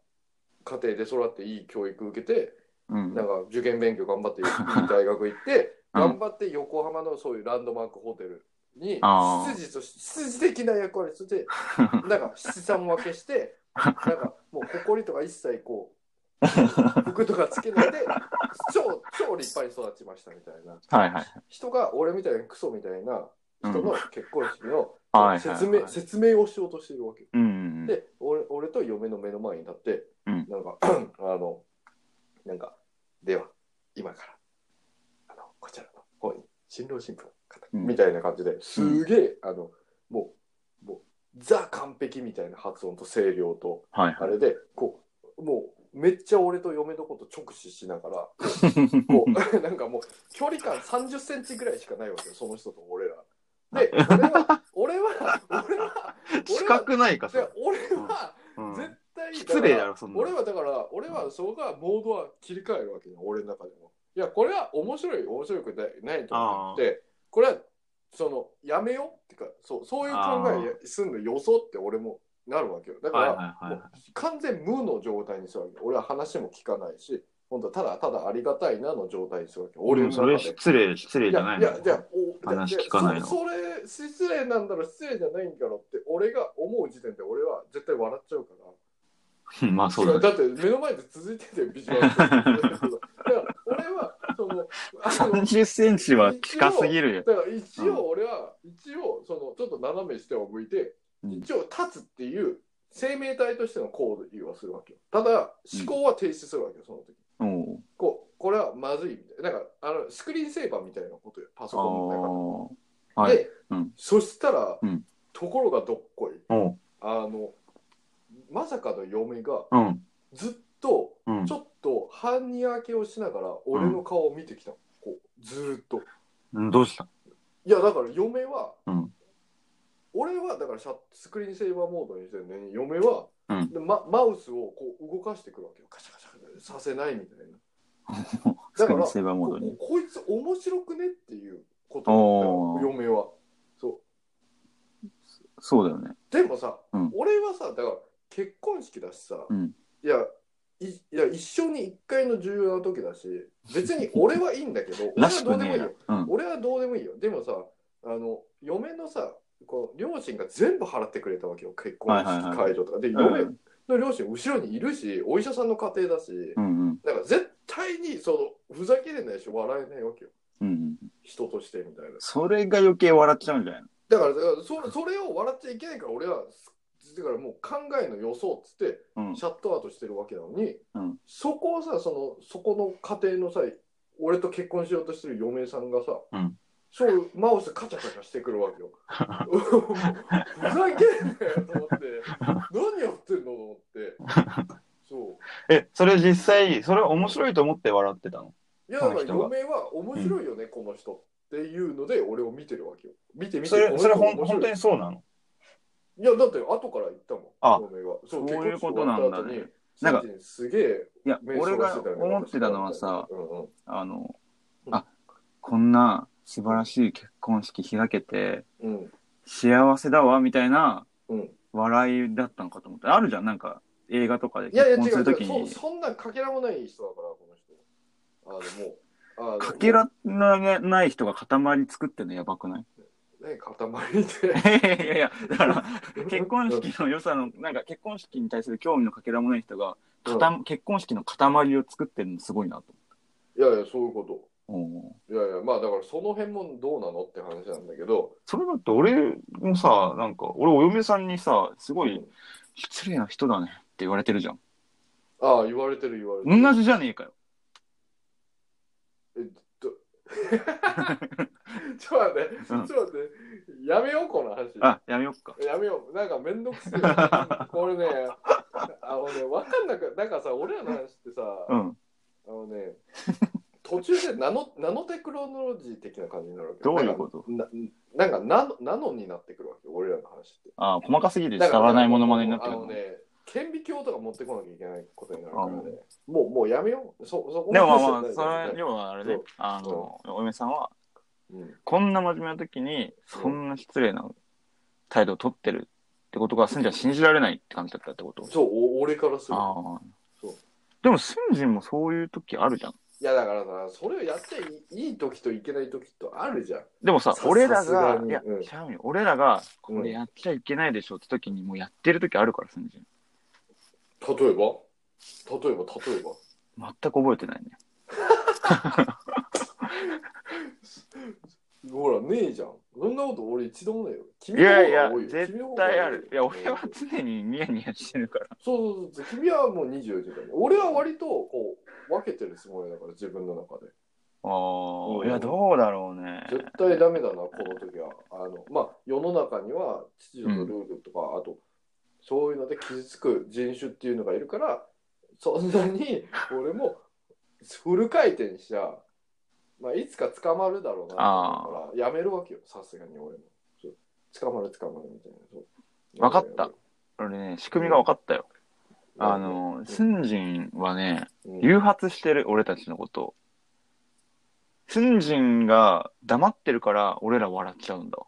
Speaker 3: 家庭で育っていい教育受けて、
Speaker 2: うん
Speaker 3: なんか受験勉強頑張っていい大学行って、
Speaker 2: うん
Speaker 3: 頑張って横浜のそういうランドマークホテルに
Speaker 2: あー
Speaker 3: 執事として執事的な役割 としてなんか七三分けしてなんかもう埃とか一切こ う服とかつけないで超超立派に育ちましたみたいな
Speaker 2: はいはい。
Speaker 3: 人が俺みたいなクソみたいな人の結婚式の
Speaker 2: うんはいはいはい
Speaker 3: 説明説明をしようとしてるわけ
Speaker 2: うんうんうん。
Speaker 3: で俺俺と嫁の目の前に立って、
Speaker 2: うん
Speaker 3: なんか あのなんかでは今からあのこちらの方に新郎新婦の方、
Speaker 2: うん
Speaker 3: みたいな感じですげえ、あのもうもうザ完璧みたいな発音と声量と
Speaker 2: はい
Speaker 3: あ
Speaker 2: はい。
Speaker 3: れでこうもうめっちゃ俺と嫁のこと直視し ながらこう なんかもう距離感3 0センチぐらいしかないわけよその人と俺ら。 で俺は俺は俺は
Speaker 2: 資格ないか、そ
Speaker 3: で
Speaker 2: れ。
Speaker 3: 俺は
Speaker 2: うん
Speaker 3: 絶対だから
Speaker 2: 失礼だろ、そんな。
Speaker 3: 俺はだから俺はそこがモードは切り替えるわけよ俺の中でもいやこれは面白い面白くないないと思ってこれはそのやめようっていうかそうそういう考えすんのよそって俺もなるわけよだから、
Speaker 2: はいはいはい
Speaker 3: もう完全無の状態にするわけよ俺は話も聞かないし本当ただただありがたいなの状態にするわけよ俺
Speaker 2: う
Speaker 3: の
Speaker 2: ん
Speaker 3: 中
Speaker 2: そ
Speaker 3: で、
Speaker 2: れ失礼、失礼じゃない
Speaker 3: い
Speaker 2: の
Speaker 3: や、いやじゃあ、お
Speaker 2: 話聞かないの
Speaker 3: そそれ、失礼なんだろ、失礼じゃないんだろって、俺が思う時点で俺は絶対笑っちゃうから。
Speaker 2: うんまあそうだね。
Speaker 3: だって目の前で続いててビジ ュアル。だから俺は、その、あの、
Speaker 2: 30センチは近すぎるよ。
Speaker 3: だから一応俺は、一応、その、ちょっと斜め下を向いて、
Speaker 2: うん
Speaker 3: 一応立つっていう生命体としての行為はするわけよ。ただ、思考は停止するわけよ、その時。
Speaker 2: おう
Speaker 3: こう、これはまずいみたいな。なんか、あの、スクリーンセーバーみたいなことよ、パソ
Speaker 2: ああ
Speaker 3: コンの中
Speaker 2: ー。は
Speaker 3: で。
Speaker 2: い。
Speaker 3: で、
Speaker 2: うん
Speaker 3: そしたら、
Speaker 2: うん
Speaker 3: ところがどっこい
Speaker 2: おう
Speaker 3: あのまさかの嫁が
Speaker 2: うん。
Speaker 3: ずっと
Speaker 2: うん
Speaker 3: ち。ょっと半に明けをしながら俺の顔を見てきたの、こうずーっと
Speaker 2: うんどうした
Speaker 3: いやだから嫁は、
Speaker 2: うん
Speaker 3: 俺はだからシャッスクリーンセーバーモードにしてるのに嫁は、
Speaker 2: うん
Speaker 3: でま、マウスをこう動かしてくるわけよカシャカシャカシャさせないみたいな
Speaker 2: スク
Speaker 3: だか
Speaker 2: リー
Speaker 3: ら
Speaker 2: ンセーバーモード
Speaker 3: こ
Speaker 2: に。
Speaker 3: こいつ面白くねっていうこと
Speaker 2: おー
Speaker 3: 嫁はそう
Speaker 2: そうだよね。
Speaker 3: でもさ、
Speaker 2: うん
Speaker 3: 俺はさだから結婚式だしさ、
Speaker 2: うん
Speaker 3: いやいいや一生に一回の重要な時だし別に俺はいいんだ けど俺
Speaker 2: ら
Speaker 3: は
Speaker 2: し
Speaker 3: ど
Speaker 2: く
Speaker 3: うで
Speaker 2: ね
Speaker 3: も
Speaker 2: え
Speaker 3: いい
Speaker 2: な
Speaker 3: よ。
Speaker 2: うん。
Speaker 3: 俺はどうでもいいよでもさあの嫁のさこう両親が全部払ってくれたわけよ結婚式
Speaker 2: はいはいはい
Speaker 3: 会場とか、
Speaker 2: ん
Speaker 3: で嫁の両親後ろにいるしお医者さんの家庭だし
Speaker 2: うんうん。
Speaker 3: だから絶対にそのふざけれないし笑えないわけよ
Speaker 2: うんうん。
Speaker 3: 人としてみたいな
Speaker 2: それが余計笑っちゃうんじゃないの
Speaker 3: だからだからそそれを笑っちゃいけないから俺はすだからもう考えの予想っつって
Speaker 2: うん
Speaker 3: シャットアウトしてるわけなのに、
Speaker 2: うん
Speaker 3: そこをさそのそこの家庭のさ俺と結婚しようとしてる嫁さんがさ、
Speaker 2: うん
Speaker 3: そうマウスカチャカチャしてくるわけよ。ふざけんなよと思って何やってんのと思ってそ
Speaker 2: え、それ実際、それ面白いと思って笑ってたの
Speaker 3: ういやだか
Speaker 2: こ
Speaker 3: ら
Speaker 2: の人が
Speaker 3: 嫁は面白いよね、この人っていうので俺を見てるわけよ。見て見て
Speaker 2: それ、それほん
Speaker 3: この人面白い
Speaker 2: 本当にそうなの
Speaker 3: いや、だって後から言ったもん。
Speaker 2: あ
Speaker 3: 嫁が
Speaker 2: そ
Speaker 3: そうう
Speaker 2: いうことなんだね。
Speaker 3: な
Speaker 2: なんんか、
Speaker 3: かすげえ、
Speaker 2: いや、
Speaker 3: 瞑想
Speaker 2: 俺が
Speaker 3: してたよね
Speaker 2: 思ってたのはさ、、
Speaker 3: うんうん
Speaker 2: あの、
Speaker 3: うん
Speaker 2: あ、こんな素晴らしい結婚式開けて、
Speaker 3: うん、
Speaker 2: 幸せだわ、みたいな
Speaker 3: うん。
Speaker 2: 笑いだったのかと思った。あるじゃん、なんか映画とかで
Speaker 3: いやいや、
Speaker 2: 結
Speaker 3: 違
Speaker 2: 婚
Speaker 3: う
Speaker 2: するとき
Speaker 3: 違う
Speaker 2: に
Speaker 3: そ、。そんなかけらもない人だから、この人。あでもあの
Speaker 2: かけらがない人が塊作ってんのやばくない
Speaker 3: ね、塊で。
Speaker 2: いやいやいや、だから、 結婚式の良さの、なんか結婚式に対する興味のかけらもない人が、かた結婚式の塊を作ってるのすごいなと
Speaker 3: いやいや、そういうこ
Speaker 2: 思って。うん
Speaker 3: と。いやいや、まあだからその辺もどうなのって話なんだけど、
Speaker 2: それだって俺もさ、なんか、俺お嫁さんにさ、すごい失礼な人だねって言われてるじゃん。
Speaker 3: ああ、言われてる言われてる。
Speaker 2: 同じじゃねえかよ。
Speaker 3: えっと、 ちょっと待って、ちょっと待って、やめよう、この話。
Speaker 2: あ、やめよっか。
Speaker 3: やめよう、なんかめんどく せえ。これね、あのね、わかんなく、なんかさ、俺らの話ってさ、
Speaker 2: うん。
Speaker 3: あのね、 途中でナノナノテクノロジー的な感じになるわけ
Speaker 2: どういうこと
Speaker 3: なんかななんかナノナノになってくるわけよ、俺らの話って。
Speaker 2: あ、細かすぎて伝わらないものまねになって
Speaker 3: あ
Speaker 2: る
Speaker 3: の
Speaker 2: の。
Speaker 3: ね、顕微鏡とか持ってこなきゃいけないことになるからね、もうもうやめよう。そそこ
Speaker 2: でもまあま
Speaker 3: 話
Speaker 2: あ、
Speaker 3: じゃない
Speaker 2: それ、要はあれで
Speaker 3: そう、
Speaker 2: あの、お嫁さんは、
Speaker 3: うん
Speaker 2: こんな真面目な時に、そんな失礼な態度を取ってるってことが、スンジは信じられないって感じだったってこと
Speaker 3: そうお俺からすると
Speaker 2: ああ
Speaker 3: そう。
Speaker 2: でも、スンジもそういう時あるじゃん。
Speaker 3: いやだからさそれをやっちゃいいい時といけない時とあるじゃん
Speaker 2: でもさ、
Speaker 3: さ
Speaker 2: 俺ら
Speaker 3: さすが
Speaker 2: が、
Speaker 3: に
Speaker 2: いや
Speaker 3: う、ん
Speaker 2: ちゃうよ。俺らが、こ
Speaker 3: うん
Speaker 2: れやっちゃいけないでしょって時に、もうやってる時あるからすんじゃん。
Speaker 3: 例えば例えば例えば
Speaker 2: 全く覚えてないね。
Speaker 3: ほらねえじゃんそんなこと俺一度もないよ君
Speaker 2: い
Speaker 3: の方が
Speaker 2: やい
Speaker 3: 多
Speaker 2: や
Speaker 3: よ、君の
Speaker 2: 絶
Speaker 3: 方が多
Speaker 2: 対ある。いや、俺は
Speaker 3: うん
Speaker 2: 常にニヤニヤしてるから。
Speaker 3: そうそうそう君はもう24時間俺は割とこう分けてるつもりだから自分の中で
Speaker 2: あ
Speaker 3: う
Speaker 2: あ、
Speaker 3: ん
Speaker 2: いや、どうだろうね。
Speaker 3: 絶対ダメだな、この時は。あの、まあ、世の中には秩序のルールとか、あと、そういうので傷つく人種っていうのがいるから、そんなに 俺もフル回転しちゃ、まあ、いつか捕まるだろうなと思うから、やめるわけよ、さすがに俺も。そう捕まる、捕まるみたいな。そう
Speaker 2: わかった。俺ね、仕組みが分かったよ。あの、スンジンはね、
Speaker 3: うん、
Speaker 2: 誘発してる、俺たちのことを。スンジンが黙ってるから、俺ら笑っちゃうんだわ。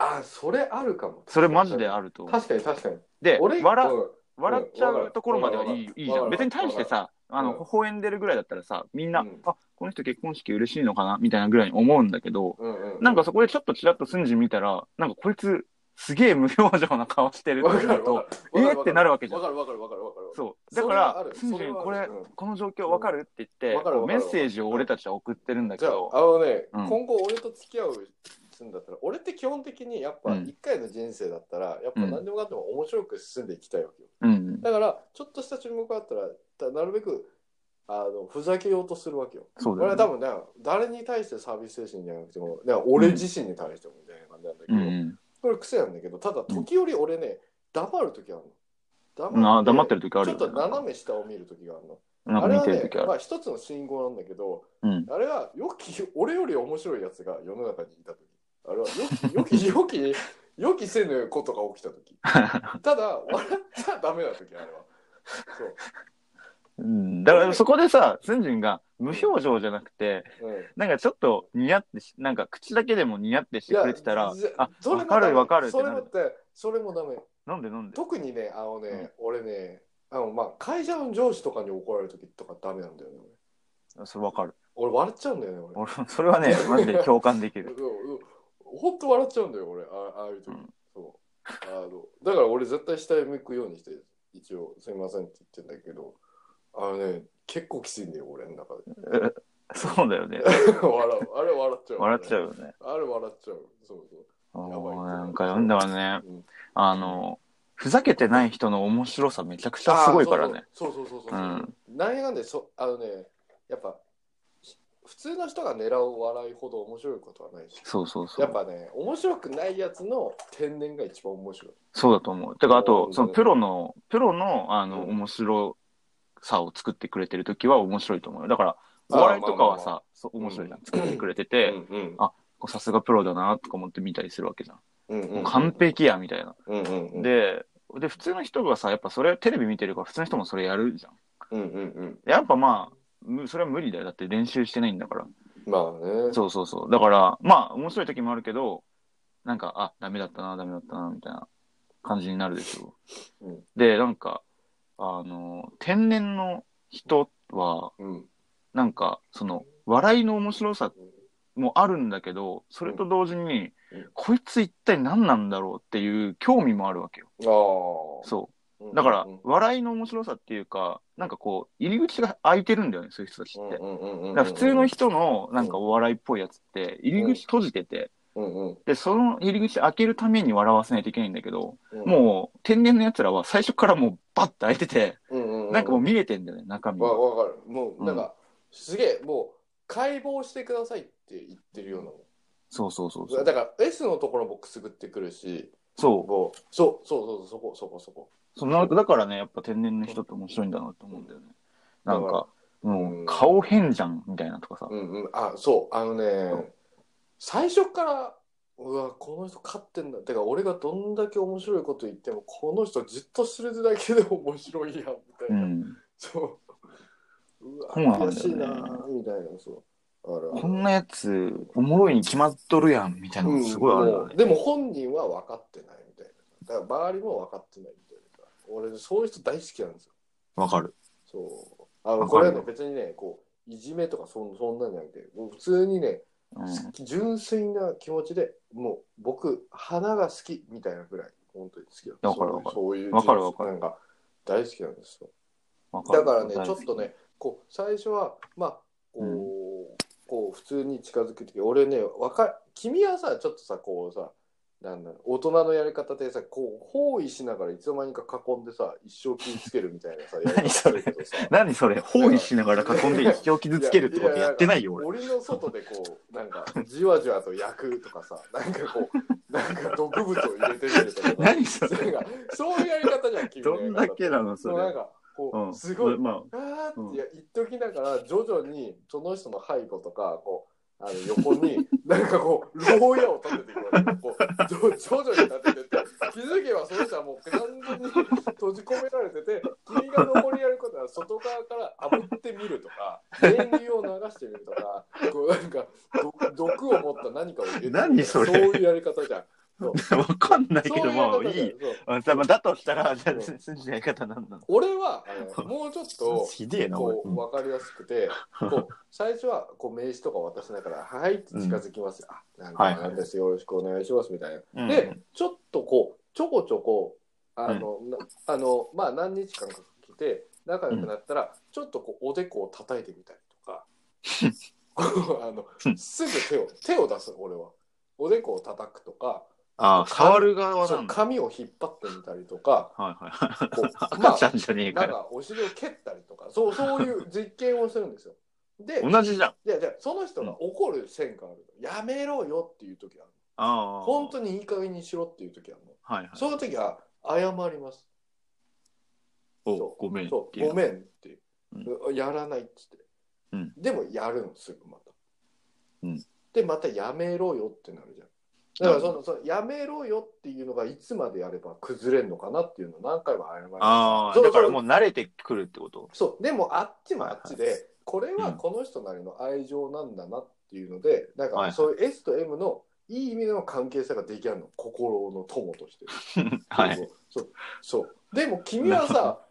Speaker 3: あ、それあるかも。
Speaker 2: それマジであると思う。
Speaker 3: 確かに確かに。
Speaker 2: で、
Speaker 3: 俺、
Speaker 2: 笑
Speaker 3: うん
Speaker 2: 笑っちゃうところまではいい
Speaker 3: うん
Speaker 2: いいじゃん。
Speaker 3: わかる
Speaker 2: 別に対してさ、あの、
Speaker 3: うん
Speaker 2: 微笑んでるぐらいだったらさ、みんな、
Speaker 3: うん
Speaker 2: あ、この人結婚式嬉しいのかなみたいなぐらいに思うんだけど、
Speaker 3: うんうん、
Speaker 2: なんかそこでちょっとチラッとスンジン見たら、なんかこいつ、すげえ無表情な顔してるって
Speaker 3: わか
Speaker 2: な
Speaker 3: る
Speaker 2: ると
Speaker 3: わ、
Speaker 2: え
Speaker 3: かる
Speaker 2: ーってなるわけじゃん
Speaker 3: わかるわかるわかるわかるわかる。
Speaker 2: そう。だか
Speaker 3: それはあ
Speaker 2: ら
Speaker 3: る、
Speaker 2: スンジ
Speaker 3: それ
Speaker 2: ン
Speaker 3: はある
Speaker 2: これ
Speaker 3: うん、
Speaker 2: この状況わかるって言って、
Speaker 3: わかるわか
Speaker 2: メ
Speaker 3: る
Speaker 2: ッセージを俺たちは送ってるんだけ
Speaker 3: じゃあ
Speaker 2: ど、
Speaker 3: あのね、
Speaker 2: うん
Speaker 3: 今後俺と付き合うすんだったら俺って基本的にやっぱ
Speaker 2: うん
Speaker 3: 一回の人生だったら、やっぱ何でもかんでも面白く進んでいきたいわけよ
Speaker 2: うん。
Speaker 3: だからちょっとした注目があったらだなるべくあのふざけようとするわけよ
Speaker 2: そう
Speaker 3: これ
Speaker 2: だ
Speaker 3: は
Speaker 2: よ
Speaker 3: 多
Speaker 2: ね。
Speaker 3: 分ね誰に対してサービス精神じゃなくてもだから俺自身に対してもみたいな感じなんだけ
Speaker 2: う
Speaker 3: ど、
Speaker 2: ん
Speaker 3: これ癖なんだけどただ時折俺ね黙る時あるの
Speaker 2: うん。な黙って
Speaker 3: る
Speaker 2: る時ある
Speaker 3: ちょ
Speaker 2: よ
Speaker 3: っ
Speaker 2: ね
Speaker 3: と。斜め下を見る時があるの
Speaker 2: なん
Speaker 3: あ
Speaker 2: か
Speaker 3: れ
Speaker 2: 見
Speaker 3: は
Speaker 2: てる
Speaker 3: ね
Speaker 2: 時あ、
Speaker 3: ま
Speaker 2: る。
Speaker 3: あ、一つの信号なんだけど、
Speaker 2: うん。
Speaker 3: あれは良き、 俺より面白いやつが世の中にいた時あれは良き、 良き、良き、良きせぬことが起きた 時ただ、笑っちゃダメな時あれは。
Speaker 2: うんだからそこでさ、スンジンが無表情じゃなくて、
Speaker 3: そう。うん。
Speaker 2: なんかちょっとニヤってし、なんか口だけでもニヤ ってしてくれてたら
Speaker 3: いや、
Speaker 2: あ、
Speaker 3: それ
Speaker 2: わ
Speaker 3: もダ
Speaker 2: か
Speaker 3: メ
Speaker 2: るわかるって
Speaker 3: それ
Speaker 2: な
Speaker 3: もっ
Speaker 2: る。
Speaker 3: て、それもダメ。
Speaker 2: なんでなんで
Speaker 3: 特にね、あのね、
Speaker 2: うん
Speaker 3: 俺ね、あの、まあ、会社の上司とかに怒られる時とかダメなんだよね、
Speaker 2: それわかる。
Speaker 3: 俺。俺笑っちゃうんだよね、俺。
Speaker 2: 俺、それは ね、マジで共感できる。
Speaker 3: うんうんほんと笑っちゃうんだよ、俺、あああいう時、
Speaker 2: うん
Speaker 3: そう。あの、だから俺絶対下へ向くようにして、一応、すいませんって言ってんだけど、あのね、結構きついんだよ、俺の中で。
Speaker 2: そうだよね。
Speaker 3: 笑う。あれ笑っちゃう、
Speaker 2: 笑っちゃう
Speaker 3: う。
Speaker 2: よね。
Speaker 3: あれ笑っちゃう。そうそう。
Speaker 2: あ
Speaker 3: ばい
Speaker 2: ーなんか読んだわね
Speaker 3: うん。
Speaker 2: あの、ふざけてない人の面白さめちゃくちゃすごいからね。
Speaker 3: そうそうそうそ
Speaker 2: う
Speaker 3: うそうそう。
Speaker 2: ん
Speaker 3: なんやかんでそ、あのね、やっぱ、普通の人が狙う笑いほど面白いことはないし。
Speaker 2: そうそうそ
Speaker 3: やっ
Speaker 2: う。
Speaker 3: ぱね、面白くないやつの天然が一番面白い。
Speaker 2: そうだと思う。てか、あと
Speaker 3: う、ん
Speaker 2: そのプロの、プロの、あの、
Speaker 3: うん
Speaker 2: 面白さを作ってくれてるときは面白いと思うよ。だから、お
Speaker 3: あー
Speaker 2: 笑いとかは
Speaker 3: まあまあ
Speaker 2: さ、そう面白いじゃん。作ってくれてて、
Speaker 3: んうん
Speaker 2: あこうさすがプロだな、とか思って見たりするわけじゃん。
Speaker 3: うんうん
Speaker 2: もう完璧や、みたいな。
Speaker 3: うんうんうん
Speaker 2: で、で、普通の人がさ、やっぱそれ、テレビ見てるから普通の人もそれやるじゃん。
Speaker 3: うんうんうん。
Speaker 2: やっぱまあ、むそれは無理だよ。だって練習してないんだから。
Speaker 3: まあね。
Speaker 2: そうそうそう。だから、まあ、面白い時もあるけど、なんか、あ、ダメだったな、ダメだったな、みたいな感じになるでしょ。
Speaker 3: うん
Speaker 2: で、なんか、あの、天然の人は、
Speaker 3: うん。
Speaker 2: なんか、その、笑いの面白さもあるんだけど、それと同時に、
Speaker 3: うん
Speaker 2: こいつ一体何なんだろうっていう興味もあるわけよ。
Speaker 3: ああ。
Speaker 2: そうう。だから
Speaker 3: んうん、
Speaker 2: 笑いの面白さっていうか、なんかこう、入り口が開いてるんだよね、そういう人たちって。
Speaker 3: うんうんうんうん
Speaker 2: だから普通の人のなんかお笑いっぽいやつって入り口閉じてて、
Speaker 3: うんうん
Speaker 2: でその入り口開けるために笑わせないといけないんだけど、
Speaker 3: うん
Speaker 2: もう天然のやつらは最初からもうバッと開いてて、
Speaker 3: うんうんうん
Speaker 2: なんかもう見れてんだよね中身が
Speaker 3: わわかるもうなんか、すげえもう解剖してくださいって言ってるようなもん
Speaker 2: そうそうそうそう
Speaker 3: だから S のところもくすぐってくるし
Speaker 2: そう
Speaker 3: もうそうそうそうそうそこそこそこ
Speaker 2: そうなんかだからねやっぱ天然の人って面白いんだなと思うんだよねなん
Speaker 3: だか
Speaker 2: かも
Speaker 3: う
Speaker 2: うん顔変じゃんみたいなとかさ、
Speaker 3: うんうんあそうあのね最初からうわこの人勝ってんだてか俺がどんだけ面白いこと言ってもこの人じっとするだけで面白いやんみたいな、
Speaker 2: うん
Speaker 3: そう。うわ、
Speaker 2: そうなんだよね
Speaker 3: 悔しいなぁみたいな、そう。ある
Speaker 2: こんなやつおもろいに決まっとるやんみたいなのすごいあるよ
Speaker 3: うんも
Speaker 2: ね
Speaker 3: う、でも本人は分かってないみたいな。だから周りも分かってないみたいな。俺、そういう人大好きなんですよ。
Speaker 2: わかる
Speaker 3: そあの
Speaker 2: わ
Speaker 3: こ
Speaker 2: かる
Speaker 3: れの別にねこういじめとかそんそんなんじゃなくてもう普通にね
Speaker 2: うん。
Speaker 3: 純粋な気持ちでもう僕花が好きみたいなぐらい本当に好きだ
Speaker 2: わかるわかる
Speaker 3: そういう
Speaker 2: わかるわかる
Speaker 3: なんか大好きなんですよ
Speaker 2: わか
Speaker 3: だ
Speaker 2: る
Speaker 3: からね
Speaker 2: 大
Speaker 3: ちょ
Speaker 2: 好
Speaker 3: っ
Speaker 2: き
Speaker 3: とねこう最初はまあこう,、
Speaker 2: うん
Speaker 3: こう普通に近づく時俺ねわか君はさちょっとさこうさなんだろう大人のやり方でさこう包囲しながらいつの間にか囲んでさ一生傷つけるみたいなさや り
Speaker 2: 何そ
Speaker 3: 方
Speaker 2: れ
Speaker 3: だけどさ
Speaker 2: 何それ包囲しながら囲んで一生傷つけるってことやってないよ、俺。
Speaker 3: 森の外でこうなんかじわじわと焼くとかさなんかこ うなんか毒物を入れてみるとかさ
Speaker 2: 何それ
Speaker 3: なんかそういうやり方じゃん君の
Speaker 2: ど
Speaker 3: やり
Speaker 2: ん
Speaker 3: 方
Speaker 2: だけなの、そ
Speaker 3: そうなん
Speaker 2: れ。
Speaker 3: かこう、
Speaker 2: うん。
Speaker 3: すごい
Speaker 2: まあ、
Speaker 3: あー
Speaker 2: う
Speaker 3: っ
Speaker 2: ん
Speaker 3: ていや言っときながら徐々にその人の背後とかこうあの横に なんかこう牢屋を立てていくわけよこうじょ徐々に立ててって気づけばその人はもう完全に閉じ込められてて君が残りやることは外側から炙ってみるとか電流を流してみるとかこうなんかど毒を持った何かを入れてみるとか
Speaker 2: 何それ
Speaker 3: そういうやり方じゃん。
Speaker 2: わかんないけ
Speaker 3: そう
Speaker 2: ど、
Speaker 3: いうやり
Speaker 2: まあ
Speaker 3: 方じゃん
Speaker 2: いい。
Speaker 3: そう
Speaker 2: あさまあだとしたら、じゃ
Speaker 3: うん
Speaker 2: あ、筋のやり方なんな
Speaker 3: 俺はあのもうちょっと
Speaker 2: の ひでえな、俺
Speaker 3: こ。う分かりやす くて、こう最初はこう名刺とか渡しながら「はい」って近づきますよ、あなん
Speaker 2: はい
Speaker 3: か
Speaker 2: はい
Speaker 3: なんです、よろしくお願いしますみたいな、
Speaker 2: うん
Speaker 3: でちょっとこうちょこちょこあの、なあのまあ何日間か来て仲良くなったら、ちょっとこうおでこを叩いてみたりと かこうあのすぐ手を手を出す俺はおでこを叩くとか
Speaker 2: ああ、触る側
Speaker 3: そ
Speaker 2: な
Speaker 3: うん
Speaker 2: だ。
Speaker 3: 髪を引っ張ってみたりとか
Speaker 2: はいはい。
Speaker 3: こうまあ
Speaker 2: 赤ちゃんじゃねえか
Speaker 3: なん
Speaker 2: よ。
Speaker 3: かお尻を蹴ったりとかそうそういう実験をするんで すよ。で
Speaker 2: 同じじゃん。
Speaker 3: いやじゃその人が怒る線がある、やめろよっていう時ある
Speaker 2: ああ。
Speaker 3: 本当にいい加減にしろっていう時あるの、
Speaker 2: はいはい。
Speaker 3: その時は謝ります
Speaker 2: おごめん。
Speaker 3: そうごめんって、
Speaker 2: う
Speaker 3: やらないっつって、
Speaker 2: うん
Speaker 3: でもやるのすぐまた、
Speaker 2: うん
Speaker 3: でまたやめろよってなるじゃんだからそのそのやめろよっていうのがいつまでやれば崩れるのかなっていうのを何回も謝ります
Speaker 2: ああ、
Speaker 3: そう
Speaker 2: だからもう慣れてくるって こと
Speaker 3: そう、でもあっちもあっち
Speaker 2: はいは
Speaker 3: で、これはこの人なりの愛情なんだなっていうので、な
Speaker 2: は
Speaker 3: ん
Speaker 2: いは
Speaker 3: か
Speaker 2: い
Speaker 3: そういう S と M のいい意味での関係性が出来上がるの、心の友として。
Speaker 2: はい。
Speaker 3: そう、そう。でも君はさ、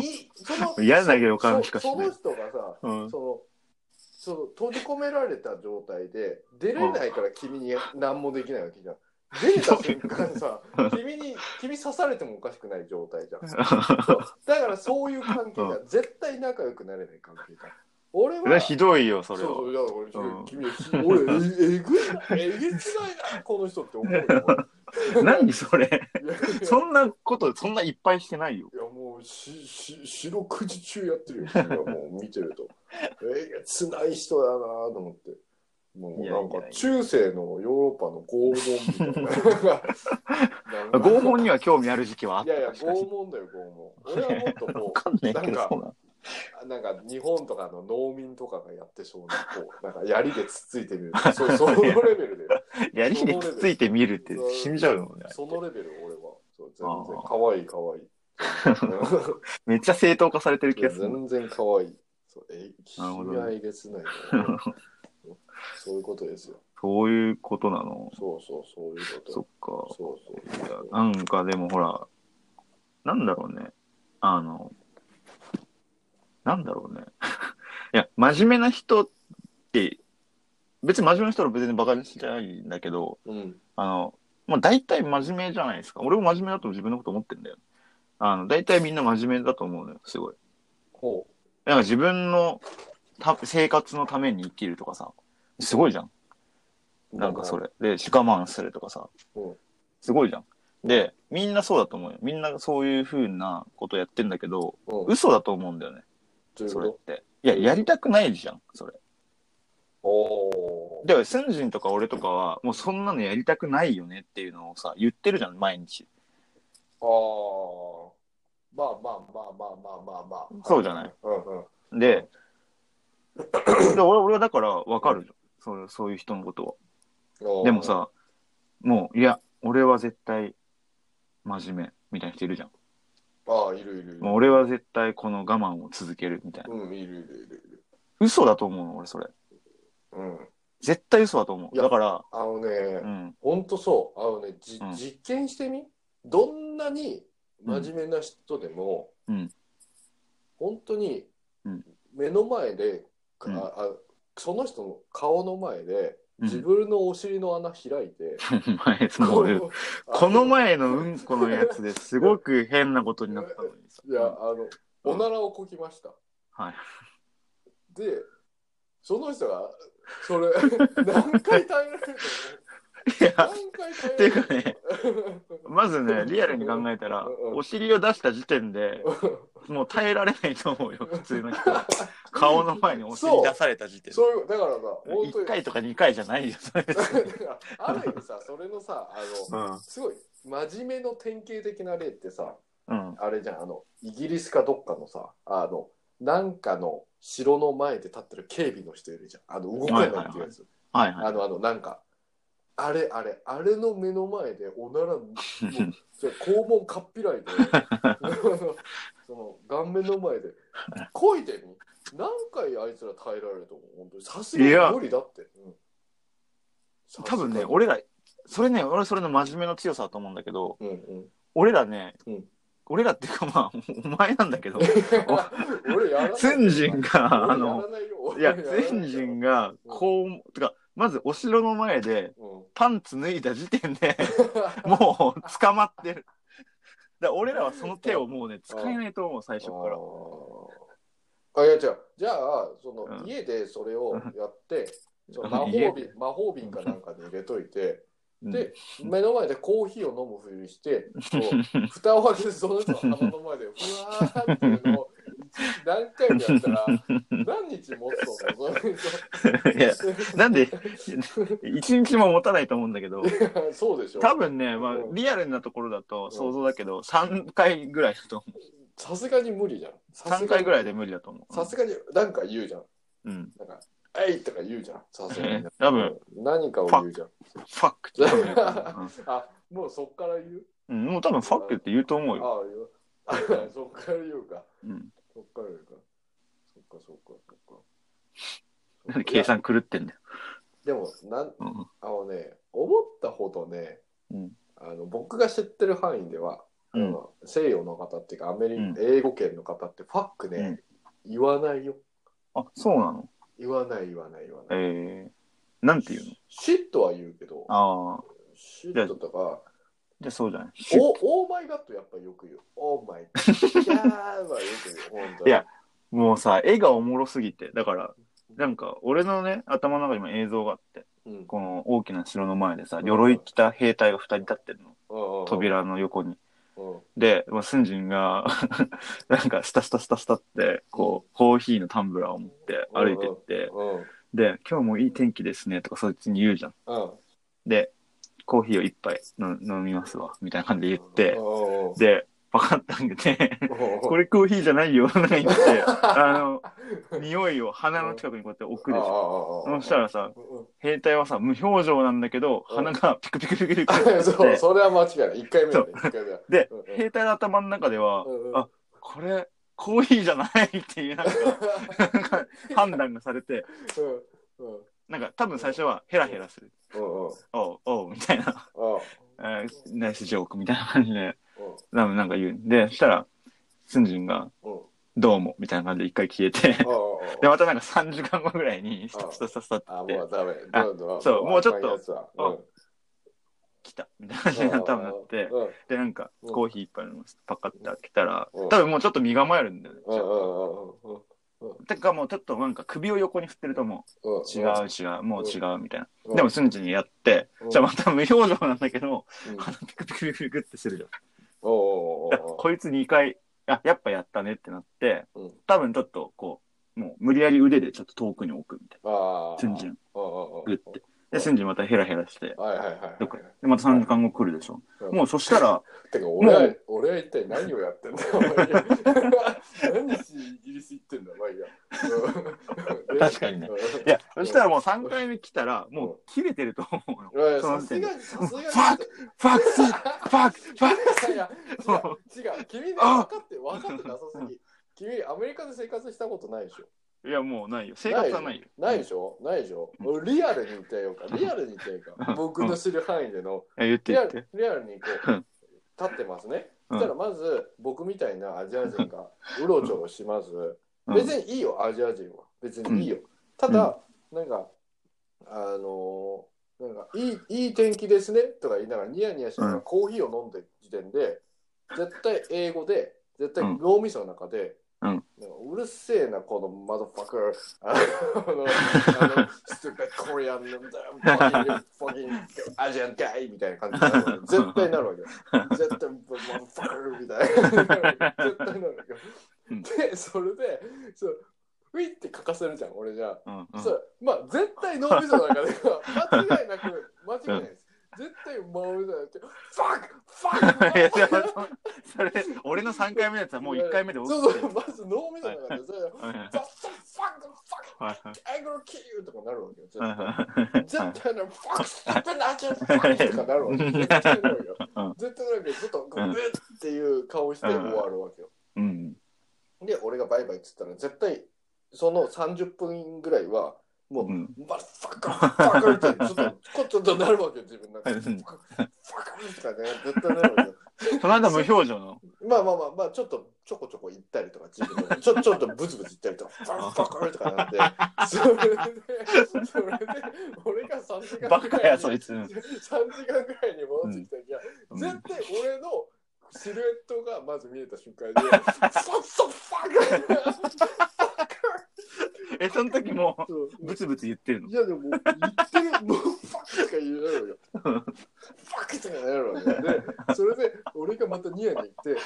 Speaker 3: いいその
Speaker 2: 嫌な予感しかし
Speaker 3: そ
Speaker 2: な
Speaker 3: の
Speaker 2: い。
Speaker 3: 人がさ、
Speaker 2: うん。
Speaker 3: その、その閉じ込められた状態で出れないから君に何もできないわけじゃん。出れた瞬間さ、君に、君刺されてもおかしくない状態じゃん。そうだからそういう関係だ、絶対仲良くなれない関係だ俺は
Speaker 2: ひどいよ、それ
Speaker 3: そうそ
Speaker 2: は。
Speaker 3: うだから俺、
Speaker 2: うん
Speaker 3: 君はひ俺ええぐいなえげつないなこの人って思うよ
Speaker 2: 何それ。
Speaker 3: いやいや
Speaker 2: そんなこと、そんないっぱいしてないよ。
Speaker 3: いやもうしし四六時中やってるよ君はもう見てると えげつない人だなと思ってもう
Speaker 2: いやい
Speaker 3: な
Speaker 2: やい
Speaker 3: ん
Speaker 2: や
Speaker 3: か中世のヨーロッパの拷問みたいななんか
Speaker 2: 拷問には 興味ある時期はあっ
Speaker 3: いやいや
Speaker 2: た。しかし
Speaker 3: 拷問だよ拷問俺はもっとこ
Speaker 2: わ
Speaker 3: う
Speaker 2: かんないけ
Speaker 3: な
Speaker 2: ど
Speaker 3: ん、か
Speaker 2: そうなの
Speaker 3: なんか日本とかの農民とかがやってそうな、こう、なんか槍でつっついてみると か。そう、そのレベルで、
Speaker 2: 槍につっついてみるって死んじゃうもんね。
Speaker 3: そのレベル俺は。そう、全然
Speaker 2: あー
Speaker 3: 可愛い可 愛
Speaker 2: めっちゃ正当化されてる気
Speaker 3: い。
Speaker 2: がする。
Speaker 3: 全然可愛い。そう、え、
Speaker 2: なるほど
Speaker 3: 君
Speaker 2: ね
Speaker 3: はえげ つないな。そういうことですよ。
Speaker 2: そういうことなの。
Speaker 3: そうそう、そういうこ
Speaker 2: そ
Speaker 3: と。そ
Speaker 2: っか。
Speaker 3: うそう。
Speaker 2: いやなんかでもほら、なんだろうね。あの、なんだろうね。 いや、真面目な人って、別に真面目な人は別にバカにしてないんだけど、
Speaker 3: うん。
Speaker 2: あの、まあ、大体真面目じゃないですか。俺も真面目だと自分のこと思ってんだよ。あの、大体みんな真面目だと思うのよ、すごい。
Speaker 3: ほ
Speaker 2: なんか自分のた生活のために生きるとかさ、すごいじゃん。
Speaker 3: う。
Speaker 2: なんかそ。れ。で、シカマンするとかさ
Speaker 3: うん。
Speaker 2: すごいじゃん。で、みんなそうだと思うよ。みんなそういうふうなことやってんだけど、
Speaker 3: うん。
Speaker 2: 嘘だと思うんだよね。
Speaker 3: という
Speaker 2: そ
Speaker 3: こ
Speaker 2: れっ
Speaker 3: と
Speaker 2: て。いや、やりたくないじゃん、それ。
Speaker 3: おー。
Speaker 2: だから、スンジンとか俺とかは、もうそんなのやりたくないよねっていうのをさ、言ってるじゃん、毎日。
Speaker 3: あー。まあまあまあまあまあまあまあ。
Speaker 2: そうじゃない。
Speaker 3: うんうん。
Speaker 2: で、で俺俺はだから分かるじゃん。そうそういう人のことは。
Speaker 3: おー
Speaker 2: でも、さ、もう、いや、俺は絶対、真面目、みたいな人いるじゃん。
Speaker 3: ああ、いるいるいる。
Speaker 2: もう俺は絶対この我慢を続ける、みたいな。
Speaker 3: うん、いるいるいるいる。
Speaker 2: 嘘だと思うの、俺、それ。
Speaker 3: うん。
Speaker 2: 絶対嘘だと思。
Speaker 3: いうや
Speaker 2: だから、
Speaker 3: あのね、
Speaker 2: うん。
Speaker 3: ほんとそう。あのね、じ、
Speaker 2: うん
Speaker 3: 実験してみどんなに真面目な人でも、
Speaker 2: うん
Speaker 3: 本当に
Speaker 2: うん
Speaker 3: 目の前で、か
Speaker 2: うん
Speaker 3: あその人の顔の前で
Speaker 2: うん
Speaker 3: 自分のお尻の穴開いて、
Speaker 2: お前その 俺この前のうんこのやつですごく変なことになったのにさ。
Speaker 3: いやあの
Speaker 2: うん
Speaker 3: おならをこきました、
Speaker 2: はい。
Speaker 3: でその人がそれ 何回耐えられると思う
Speaker 2: い や、
Speaker 3: 何回耐えられる
Speaker 2: まずね、リアルに考えたら
Speaker 3: うんう、ん
Speaker 2: お尻を出した時点で、もう耐えられないと思うよ、普通の 人は。顔の前にお尻出された時点で。
Speaker 3: そういうだからさ本当
Speaker 2: 1
Speaker 3: に
Speaker 2: 回とか2回じゃないよ、それ。
Speaker 3: だからある意味さそれのさあの
Speaker 2: うん。
Speaker 3: すごい真面目の典型的な例ってさ
Speaker 2: うん。
Speaker 3: あれじゃんあのイギリスかどっかのさあのなんかの城の前で立ってる警備の人いるじゃんあの動かないっていうやつ、
Speaker 2: はいはい。
Speaker 3: あのあのなんかあれあれあれの目の前でおなら もうそれ肛門かっぴらいで その顔面の前で「こいでみ何回あいつら耐えられると思う本当にさすが
Speaker 2: いや
Speaker 3: に無理だって、うん
Speaker 2: 多分ね、
Speaker 3: さすがに
Speaker 2: 俺ら、それね、俺それの真面目の強さだと思うんだけど、
Speaker 3: うんうん
Speaker 2: 俺らね、
Speaker 3: うん
Speaker 2: 俺らっていうかまあ、 お前なんだけ ど、
Speaker 3: 俺やらない
Speaker 2: 先人が、あの、い
Speaker 3: 俺や
Speaker 2: や、
Speaker 3: らないよ
Speaker 2: 全人が、こう、てか、まずお城の前で、
Speaker 3: うん
Speaker 2: パンツ脱いだ時点 で、もう、捕まってる。だから俺らはその手をもうね、使えないと思う、最初から。
Speaker 3: あーあいや違うじゃあその、
Speaker 2: うん
Speaker 3: 家でそれをやってその
Speaker 2: うん
Speaker 3: 魔法
Speaker 2: 家
Speaker 3: 瓶魔法瓶かなんかに入れといて
Speaker 2: うん
Speaker 3: で目の前でコーヒーを飲むふりしてこう蓋を開けてその人の鼻の前でふわーっていうのを何回もやったら何日持つと思うそ の
Speaker 2: いや、なんで、一日も持たないと思うんだけど、
Speaker 3: 人そうでしょ
Speaker 2: 多分ね、まあ
Speaker 3: う、ん
Speaker 2: リアルなところだと想像だけど、3回ぐらいだと思う。
Speaker 3: さすがに無理じゃん
Speaker 2: 3回ぐらい
Speaker 3: で
Speaker 2: で無理だと思う。
Speaker 3: さすがになんか言うじゃん
Speaker 2: うん。
Speaker 3: なんか「えい!」とか言うじゃんさすがに
Speaker 2: 多分、
Speaker 3: 何かを言うじゃん
Speaker 2: ファックって多分言うと 思う
Speaker 3: あもうそっから言う
Speaker 2: うん。うんもう多分ファックって言うと思うよ。
Speaker 3: ああ言うあそっから言うか
Speaker 2: うん。
Speaker 3: そっから言うかそっかそっかそっか
Speaker 2: なんで計算狂ってんだよ。
Speaker 3: いやでもなん
Speaker 2: うん。
Speaker 3: あのね思ったほどね、
Speaker 2: うん
Speaker 3: あの僕が知ってる範囲では、
Speaker 2: うん
Speaker 3: あの西洋の方っていうかアメリカ、
Speaker 2: うん
Speaker 3: 英語圏の方ってファックね、言わないよ
Speaker 2: あ、そうなの
Speaker 3: 言わない言わない言わない、
Speaker 2: ええ。なんて言うの
Speaker 3: シットは言うけど
Speaker 2: ああ。
Speaker 3: シットとか
Speaker 2: じゃあそうじゃない。
Speaker 3: おオーマイガットやっぱよく言う。オーマイガッドはよく言う。本当に
Speaker 2: いやもうさ、絵がおもろすぎて。だから、なんか、俺のね、頭の中にも映像があって、
Speaker 3: うん
Speaker 2: この大きな城の前でさ、鎧着た兵隊が2人立ってるの。
Speaker 3: うんうん
Speaker 2: 扉の横に。
Speaker 3: うんうん
Speaker 2: で、まあ、スンジンが、 なんか、スタスタスタスタって、こう、コーヒーのタンブラーを持って歩いてって、
Speaker 3: うん
Speaker 2: で、今日もいい天気ですね、とか、そいつに言うじゃん。
Speaker 3: うん
Speaker 2: で、コーヒーを一杯の飲みますわ、みたいな感じで言っ
Speaker 3: う
Speaker 2: て、
Speaker 3: んうんうん
Speaker 2: で、パカッと開けて、
Speaker 3: うん
Speaker 2: これコーヒーじゃないよ、なんか言 って、あの、匂いを鼻の近くにこうやって置くでしょ。
Speaker 3: ああああああ
Speaker 2: そしたらさ、
Speaker 3: うん
Speaker 2: 兵隊はさ、無表情なんだけど、
Speaker 3: うん
Speaker 2: 鼻がピクピクピクピク
Speaker 3: うん
Speaker 2: っ
Speaker 3: そう、
Speaker 2: て、
Speaker 3: それは間違いない。一回目だね。一回目だ。
Speaker 2: で
Speaker 3: うんうん、
Speaker 2: 兵隊の頭の中では
Speaker 3: う、んうん
Speaker 2: あこれ、コーヒーじゃないっていう、なんか、なん か判断がされて、
Speaker 3: うんうん
Speaker 2: なんか多分最初はヘラヘラする。
Speaker 3: うんうん
Speaker 2: おう、おう、みたいな、
Speaker 3: ああ
Speaker 2: えーナイスジョークみたいな感じで、
Speaker 3: うん
Speaker 2: 多分なんか言うんで、そしたら、スンジンが、
Speaker 3: うん
Speaker 2: どうも、みたいな感じで一回消えて、
Speaker 3: ああああ
Speaker 2: で、またなんか3時間後ぐらいに、スタスタスタスタっ
Speaker 3: ああ
Speaker 2: て
Speaker 3: もうダメ。
Speaker 2: あ
Speaker 3: どんどん
Speaker 2: そうもうちょっと
Speaker 3: 赤いやつは
Speaker 2: あ来た、みたいな感じに多分なって、
Speaker 3: うんうん
Speaker 2: で、なんか、
Speaker 3: うん
Speaker 2: コーヒー一杯飲みます。パカッて開けたら、
Speaker 3: うん
Speaker 2: 多分もうちょっと身構えるんだよね。
Speaker 3: うんうんうんうん
Speaker 2: てかもうちょっとなんか首を横に振ってると思
Speaker 3: うん
Speaker 2: う、違う違う、もう違う、みたいな。
Speaker 3: うん
Speaker 2: でも、スンジンにやって、
Speaker 3: うん
Speaker 2: じゃあまた無表情なんだけど、
Speaker 3: うん
Speaker 2: 鼻ピクピクピクピクってするじゃん。
Speaker 3: おうおうおうおう
Speaker 2: あこいつ2回、あ、やっぱやったねってなって、
Speaker 3: うん
Speaker 2: 多分ちょっとこう、もう無理やり腕でちょっと遠くに置くみたい
Speaker 3: あ
Speaker 2: な。
Speaker 3: あ
Speaker 2: スンジン、
Speaker 3: グ
Speaker 2: グって。で、スンジンまたヘラヘラして、
Speaker 3: はいはいはいはい。
Speaker 2: どっかで。でまた3時間後来るでしょ。
Speaker 3: うん
Speaker 2: もうそしたら、
Speaker 3: てか俺は
Speaker 2: も、
Speaker 3: 俺は一体何をやってんだお前何しにイギリス行ってんだお前が。うん
Speaker 2: 確かにね。いや、そしたらもう3回目来たら、もう切れてると思う
Speaker 3: うんいやい
Speaker 2: よ。
Speaker 3: や
Speaker 2: その
Speaker 3: さ
Speaker 2: 時点
Speaker 3: す
Speaker 2: で。
Speaker 3: がに、さすがに。
Speaker 2: ファック ファックスファックファック
Speaker 3: いや違う、違う、君ね、分
Speaker 2: あ
Speaker 3: かって、分かってなさすぎ。君、アメリカで生活したことないでしょ。
Speaker 2: いや、もうないよ。生活はないよ。
Speaker 3: ないでしょないでしょ俺リアルに言ってやようか。リアルに言ってやようか。僕の知る範囲での。
Speaker 2: え言って
Speaker 3: リ
Speaker 2: 言
Speaker 3: ア
Speaker 2: って
Speaker 3: ル。リアルにこ
Speaker 2: う
Speaker 3: うん立ってますね。
Speaker 2: うん
Speaker 3: そしたらまず僕みたいなアジア人がうろちょろします。
Speaker 2: うん
Speaker 3: 別にいいよ、アジア人は。別にいいよ。ただ、なんか、あのーなんかいい、いい天気ですねとか言いながら、ニヤニヤしなが
Speaker 2: う
Speaker 3: ら
Speaker 2: ん
Speaker 3: コーヒーを飲んでる時点で、絶対英語で、絶対
Speaker 2: うん
Speaker 3: 脳みその中で、
Speaker 2: うん
Speaker 3: なんかうるせえな、このマドファカー。あの、あ の、ストゥーペッドコリアンの、フォギン、アジアンガイみたいな感じになるわけ絶対なるわけよ。絶対、マドファカーみたいな。絶対なるわけよ。
Speaker 2: うん
Speaker 3: で、それで、そう、ふいって書かせるじゃん、俺じゃ
Speaker 2: う
Speaker 3: あ。
Speaker 2: んうん
Speaker 3: そうまあ絶対脳みその中では間違いなく間違いないです。絶対脳みそだって、ファックファ
Speaker 2: いや
Speaker 3: ック
Speaker 2: でもそれ俺の3回目のやつはもう1回目で落
Speaker 3: そう
Speaker 2: ちて
Speaker 3: そ
Speaker 2: る
Speaker 3: う、まず脳みその中で、それで、
Speaker 2: はいはい
Speaker 3: ザ・ザ・ファックファ
Speaker 2: はい
Speaker 3: ック、アングルキルとかなるわけよ。絶
Speaker 2: はいは
Speaker 3: 対
Speaker 2: い
Speaker 3: 絶対なる、ファック、スッペナチュファックとかなるわけよ。絶対なるよ
Speaker 2: うん。
Speaker 3: 絶対なるけど、ずっと、
Speaker 2: うん
Speaker 3: うえっていう顔して終わるわけよ。
Speaker 2: うん
Speaker 3: で、俺がバイバイっつったら、絶対、その30分ぐらいは、もう
Speaker 2: う、ん
Speaker 3: まあ、ファカファカって、ちょっと、こっちょっとなるわけよ、自分なんか。
Speaker 2: う
Speaker 3: フ
Speaker 2: ん
Speaker 3: ァカファカとかね、絶対なるわけよ。
Speaker 2: その間無表情の
Speaker 3: まあまあまあ、まあ、ちょっと、ちょこちょこ行ったりとか、自分でちょ、ちょっとブツブツ行ったりとか、ファカファカとかなんで、それで、それで、俺が3時間
Speaker 2: バ
Speaker 3: ぐ
Speaker 2: カ
Speaker 3: らい
Speaker 2: や
Speaker 3: に、
Speaker 2: そいつうん
Speaker 3: 3時間ぐらいに戻ってきた時は、絶対俺のシルエットがまず見えた瞬間で、ファッソファカファカ
Speaker 2: えその時も
Speaker 3: そう
Speaker 2: うブツブツ言ってるの
Speaker 3: いやでも、言ってる、もう、ファックとか言うやろうよ。ファックとか言うやろうよ。で、それで、俺がまたニヤに行って、で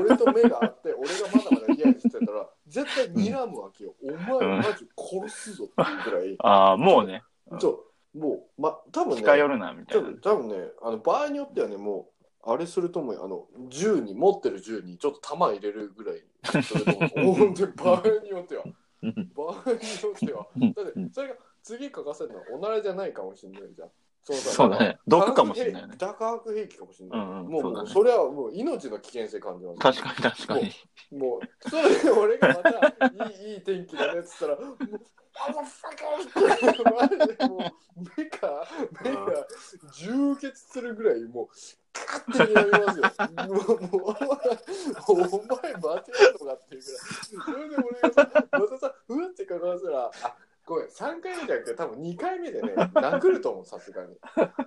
Speaker 3: 俺と目が合って、俺がまだまだニヤにしてたら、絶対睨むわけよ。お前、マジ殺すぞっていうぐらい。
Speaker 2: ああもうね
Speaker 3: そう、もう、ま、多分ね、
Speaker 2: 近寄るなみた
Speaker 3: 多
Speaker 2: いな
Speaker 3: 分多分ね、あの場合によってはね、もう、あれすると思うよ。あの、銃に、持ってる銃に、ちょっと弾入れるぐらい。それと も、本当に場合によっては。
Speaker 2: うん
Speaker 3: 場合によっては
Speaker 2: うん。
Speaker 3: だって、それが次書かせるのはおならじゃないかもしれないじゃん。そう
Speaker 2: そうだね毒かもしれないよね
Speaker 3: 化学兵器化学兵器かもしれない。
Speaker 2: うんうん
Speaker 3: もう
Speaker 2: そう
Speaker 3: も
Speaker 2: だ
Speaker 3: う
Speaker 2: ね
Speaker 3: それはもう命の危険性感じます。
Speaker 2: 確かに確かに
Speaker 3: もう、それで俺がまたいいいい天気だねっつったら、もう、あのファカーって、マジでもう、目が、目が充血するぐらい、もう、カッてになりますよ。もう、もう、お前、お前待てやとかっていうぐらい。それで俺がさ、またさ、うわってかかわせたら、あごめん、3回目じゃなくて、多分2回目でね、殴ると思う、さすがに。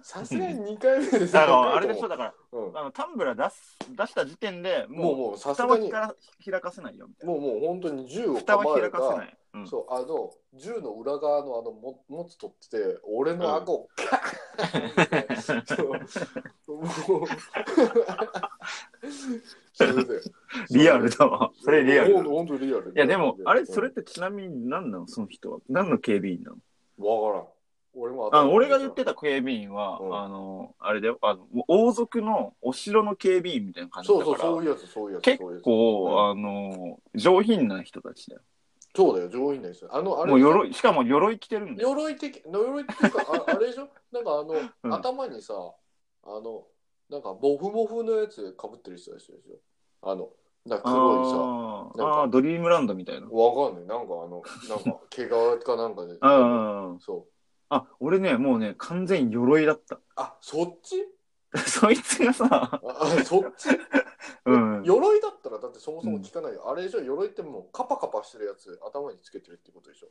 Speaker 3: さすがに2回目で
Speaker 2: だか
Speaker 3: 殴
Speaker 2: らあれで
Speaker 3: る
Speaker 2: し
Speaker 3: と思
Speaker 2: ょ
Speaker 3: う
Speaker 2: だか
Speaker 3: うん
Speaker 2: らあのタンブラー出す出した時点で
Speaker 3: もう、
Speaker 2: も
Speaker 3: もう、
Speaker 2: う
Speaker 3: さす
Speaker 2: 蓋
Speaker 3: が
Speaker 2: は
Speaker 3: に、
Speaker 2: から開かせないよみたい
Speaker 3: もう、もう、本当に銃を
Speaker 2: な蓋
Speaker 3: 構
Speaker 2: は
Speaker 3: える
Speaker 2: 開かせ
Speaker 3: か
Speaker 2: な、いうん
Speaker 3: そう、あの、銃の裏側のあの、も持つ取ってて、俺の顎をガーンって、そうもう、それで。
Speaker 2: リアルだわそれリアルだ
Speaker 3: ほんとほんとリアル。
Speaker 2: いやでもあれそれってちなみに何なのその人は何の警備員なの
Speaker 3: わからん。俺も
Speaker 2: あの俺が言ってた警備員は、
Speaker 3: うん
Speaker 2: あの、あれだよ、あの、王族のお城の警備員みたいな感じだ
Speaker 3: そ
Speaker 2: か
Speaker 3: う
Speaker 2: ら、
Speaker 3: そう、そういうやつ、そういうやつ。
Speaker 2: 結
Speaker 3: そういうやつ
Speaker 2: 構、あの、上品な人たちだよ。
Speaker 3: そうだよ、上品なやつ。あの、あれ。
Speaker 2: もう鎧、しかも鎧着てるんだよ。
Speaker 3: 鎧的、鎧っていうか、あ あれでしょなんかあの、
Speaker 2: うん
Speaker 3: 頭にさ、あの、なんかモフモフのやつかぶってる人でしょあの、なんか黒いさ、
Speaker 2: あー
Speaker 3: なんか
Speaker 2: あー、ドリームランドみたいな。
Speaker 3: わかんない。なんかあの、なんか、毛皮かなんかで。
Speaker 2: ああ、
Speaker 3: そう。
Speaker 2: あ、俺ね、もうね、完全に鎧だった。
Speaker 3: あ、そっち
Speaker 2: そいつがさ、
Speaker 3: あ、あそっち
Speaker 2: うん。
Speaker 3: 鎧だったら、だってそもそも聞かないよ。あれでしょ鎧ってもうカパカパしてるやつ、頭につけてるってことでしょ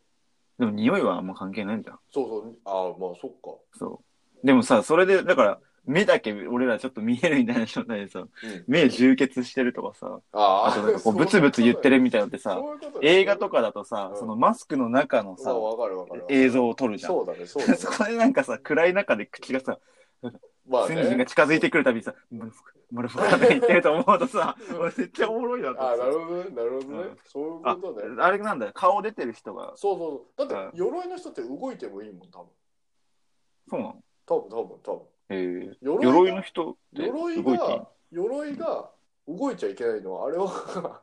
Speaker 2: でも匂いはあんま関係ないんだよ。
Speaker 3: そうそう。あまあ、そっか。
Speaker 2: そう。でもさ、それで、だから、目だけ俺らちょっと見えるみたいな状態でさ、
Speaker 3: うん。
Speaker 2: 目充血してるとかさ、
Speaker 3: あ
Speaker 2: あとなんかこう、ブツブツ言ってるみたいなのってさ、映画と
Speaker 3: か
Speaker 2: かだとさ、
Speaker 3: うん
Speaker 2: そのマスクの中のさ、
Speaker 3: わかるわかる。
Speaker 2: 映像を撮るじゃん。
Speaker 3: そうだね、そうだね
Speaker 2: そ。こでなんかさ、暗い中で口がさ、
Speaker 3: まあ
Speaker 2: 先人
Speaker 3: ね
Speaker 2: が。近づいてくるたびにさ、マルフカ、マルフカって言ってると思うとさ、俺絶対おもろいなと
Speaker 3: あ
Speaker 2: 思
Speaker 3: あ、
Speaker 2: って
Speaker 3: なるほどね、なるほど
Speaker 2: う
Speaker 3: ね
Speaker 2: ん。
Speaker 3: そういうことね。
Speaker 2: あれなんだよ、顔出てる人が、
Speaker 3: そうそうそう。だ
Speaker 2: う
Speaker 3: って、鎧の人って動いてもいいもん、多分。
Speaker 2: そうなの
Speaker 3: 多分、多分、多分。
Speaker 2: へえ
Speaker 3: 鎧が
Speaker 2: 鎧の人って動いてい
Speaker 3: 鎧
Speaker 2: い
Speaker 3: が鎧が動いちゃいけないのはあれ は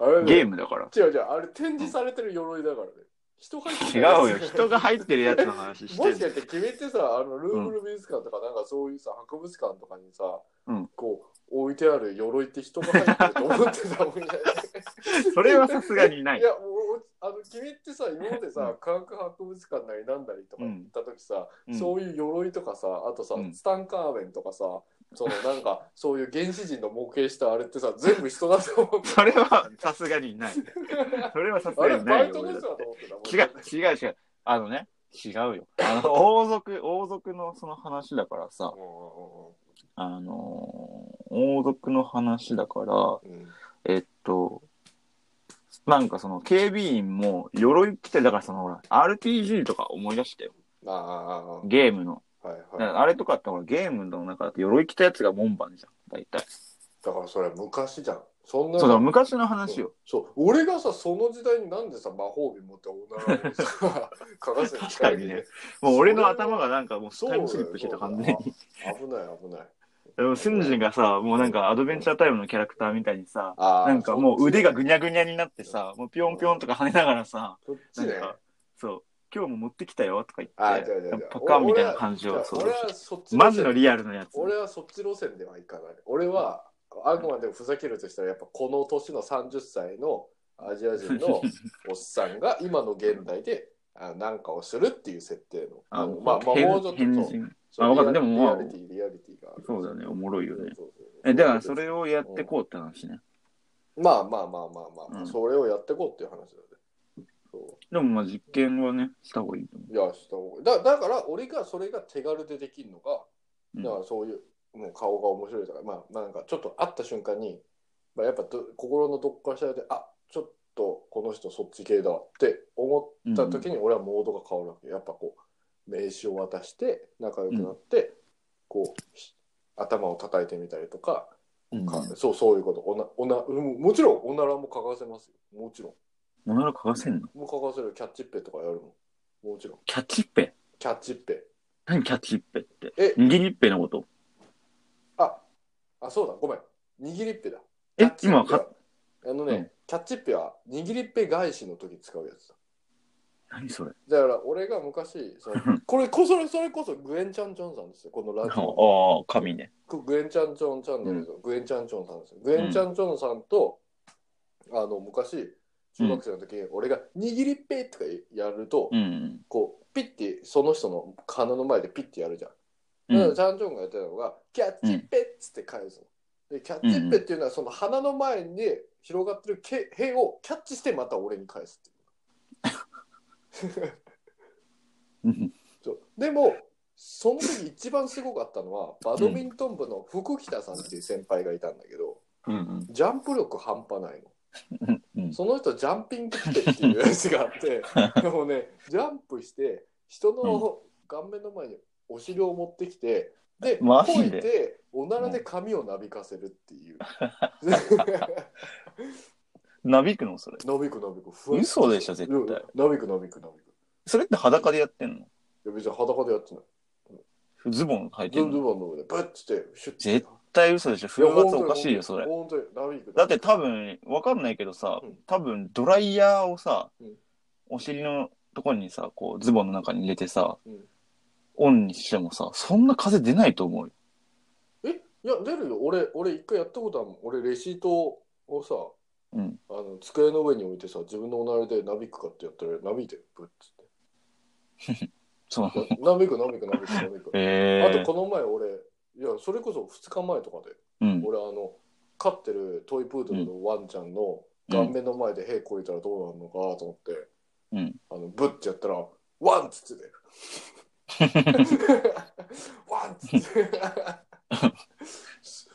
Speaker 3: あれ
Speaker 2: ゲーム
Speaker 3: ム
Speaker 2: だから。
Speaker 3: 違う違うあれ展示されてる鎧だからね人入って
Speaker 2: 違う
Speaker 3: ない
Speaker 2: よ、人が入ってるやつの話して
Speaker 3: もしか
Speaker 2: る。
Speaker 3: して君ってさあのルーブル美術館とかなんかそういうさ博物館とかにさ、
Speaker 2: うん
Speaker 3: こう置いてある鎧って人が入ってると思ってたもんじゃ
Speaker 2: それはさすがにな
Speaker 3: ない
Speaker 2: い
Speaker 3: い。やもうあの君ってさ今までさ、科学博物館なりなんだりとか行った時さ、
Speaker 2: うん
Speaker 3: そういう鎧とかさあとさ、
Speaker 2: うん
Speaker 3: ツタンカーメンとかさそのなんかそういう原始人の模型したあれってさ全部人だと思って
Speaker 2: それはさすがにない。それはさす
Speaker 3: あ
Speaker 2: が
Speaker 3: れ
Speaker 2: にな
Speaker 3: バ
Speaker 2: い
Speaker 3: イ
Speaker 2: よ。
Speaker 3: トの
Speaker 2: 俺
Speaker 3: 人
Speaker 2: だ
Speaker 3: だと思ってたもん
Speaker 2: 違う、違う、違う。あのね、違うよ。あの、王族、王族のその話だからさ、あのー王族の話だから、
Speaker 3: うんうんうんうん
Speaker 2: えっと、なんかその警備員も鎧着て、だからそのほら、RPG とか思い出してよ。
Speaker 3: ああ
Speaker 2: ゲームの。
Speaker 3: はい
Speaker 2: だ
Speaker 3: は
Speaker 2: か
Speaker 3: い
Speaker 2: らあれとかってほら、ゲームの中だと鎧着たやつが門番じゃん、大体。
Speaker 3: だからそれは昔じゃんそんな
Speaker 2: そうだ、昔の話よ。
Speaker 3: そう俺がさその時代になんでさ魔法瓶持っておならをさかがせに
Speaker 2: 確かにねもう俺の頭がなんかもう
Speaker 3: そう
Speaker 2: タ
Speaker 3: だ
Speaker 2: イ
Speaker 3: よ
Speaker 2: ムスリップしてた感じに。
Speaker 3: 危ない危ない
Speaker 2: でもスンジンがさ、もうなんかアドベンチャータイムのキャラクターみたいにさ、
Speaker 3: あー
Speaker 2: なんかもう腕がぐに
Speaker 3: ゃ
Speaker 2: ゃぐにゃになってさ、もうピョンピョンとか跳ねながらさ、
Speaker 3: そっち
Speaker 2: なん
Speaker 3: ね
Speaker 2: か、そう、今日も持ってきたよとか言
Speaker 3: あ
Speaker 2: っ
Speaker 3: じゃあじゃ
Speaker 2: て
Speaker 3: あじゃ、あ
Speaker 2: パカンみたいな感じ
Speaker 3: じゃ
Speaker 2: を、
Speaker 3: あ
Speaker 2: そう
Speaker 3: 俺、はそっち
Speaker 2: マジの
Speaker 3: ア
Speaker 2: リアルなやつ。
Speaker 3: 俺はそっち路線ではいかない俺はあくまでもふざけるとしたらやっぱこの年の30歳のアジア 人のおっさんが今の現代であなんかをするっていう設定のあのまあまあもうちょっと
Speaker 2: 変
Speaker 3: そう
Speaker 2: 人。
Speaker 3: そう
Speaker 2: あわかった
Speaker 3: リアリ
Speaker 2: でもまあ
Speaker 3: リアリティリアリティがある
Speaker 2: そうだね、おもろいよね。
Speaker 3: そうそうそう
Speaker 2: え、だからそれをやってこうって話ね。
Speaker 3: まあまあまあまあまあまあ、
Speaker 2: うん
Speaker 3: それをやってこうっていう話だよね。そ
Speaker 2: でもまあ実験はね、した方がいいと思
Speaker 3: ういやした方がだだから俺がそれが手軽でできるのが、
Speaker 2: うん
Speaker 3: だからそういうもう顔が面白いとかまあなんかちょっと会った瞬間に、まあ、やっぱど心のどっかしらであちょっとこの人そっち系だって思った時に俺はモードが変わるわけ、やっぱこう名刺を渡して仲良くなって、こうひ頭を叩いてみたりとか、
Speaker 2: う。
Speaker 3: か
Speaker 2: うん
Speaker 3: そうそういうことおなおなうんもちろんおならも嗅がせますよもちろん。
Speaker 2: おならかがせんの
Speaker 3: もうかかせるキャッチッペとかやるもん。もちろん。
Speaker 2: キャッチッペ
Speaker 3: キャッチッペ。
Speaker 2: 何キャッチッペって。
Speaker 3: え
Speaker 2: 握りっぺのこと。
Speaker 3: あ、あ、そうだ、ごめん。握りっぺだ。キャ
Speaker 2: え
Speaker 3: ッ、チッペ
Speaker 2: 今
Speaker 3: は
Speaker 2: か、
Speaker 3: あのね、
Speaker 2: うん
Speaker 3: キャッチッペは握りっぺ返しの時使うやつだ。
Speaker 2: 何それ
Speaker 3: だから俺が昔、その これこそれそれこそグエン・チャン・ジョンさんですよ、このラジオ。
Speaker 2: ああ、神ね。
Speaker 3: グエン・チャン・チョンチャンネルの、グエン・チャン・チョンさんですよ。グエン・チャン・チョンさんと、あの昔、中学生の時、俺が握りっぺとかやると、
Speaker 2: うん。
Speaker 3: こう、ピッて、その人の鼻の前でピッてやるじゃん。
Speaker 2: う
Speaker 3: だから
Speaker 2: ん。
Speaker 3: ジャン・ジョンがやってたのが、キャッチペッツって返すの。で、キャッチペっていうのは、その鼻の前に広がってる毛屁をキャッチしてまた俺に返すっていう。
Speaker 2: うん
Speaker 3: そうでも、その時一番すごかったのは、バドミントン部の福北さんっていう先輩がいたんだけど、
Speaker 2: うん。
Speaker 3: ジャンプ力半端ないの。
Speaker 2: うん。
Speaker 3: その人、ジャンピングってっていうやつがあ って、でもね、ジャンプして、人の顔面の前にお尻を持ってきて、で、
Speaker 2: マ
Speaker 3: こ
Speaker 2: ジ
Speaker 3: い
Speaker 2: で
Speaker 3: て、おならで髪をなびかせるっ ていう。
Speaker 2: なびくのそれ。
Speaker 3: なびくなびく。ふわっ
Speaker 2: 嘘でしょ、絶対。
Speaker 3: なびくなびくなびく。
Speaker 2: それって裸でやってんの
Speaker 3: いや、別に裸でやってない。
Speaker 2: ズボン履いて
Speaker 3: ズ
Speaker 2: ん
Speaker 3: ンズ
Speaker 2: の絶
Speaker 3: ボンの上で、ブッてして、シュッて。
Speaker 2: 絶対嘘でしょ。風圧おかしいよ、それ。
Speaker 3: 本当に、なびく。
Speaker 2: だって多分、わかんないけどさ
Speaker 3: うん、
Speaker 2: 多分ドライヤーをさ
Speaker 3: うん、
Speaker 2: お尻のところにさ、こう、ズボンの中に入れてさ
Speaker 3: うん、
Speaker 2: オンにしてもさ、そんな風出ないと思うよ。
Speaker 3: え、いや、出るよ。俺、俺一回やったことあるもん。俺、レシートをさ、
Speaker 2: うん。
Speaker 3: あの机の上に置いてさ自分のおならでなびくかってやったらなびいてるぶっつっ
Speaker 2: そう。
Speaker 3: てななびくなびく なびくなびく
Speaker 2: へ
Speaker 3: あと
Speaker 2: え。
Speaker 3: この前俺いやそれこそ2日前とかで
Speaker 2: うん。
Speaker 3: 俺あの飼ってるトイプードルのワンちゃんの
Speaker 2: うん
Speaker 3: 顔面の前で「屁こいたらどうなるのか」と思って、
Speaker 2: うん
Speaker 3: あのブッてやったら「ワン!」っつって てワン!」っつってて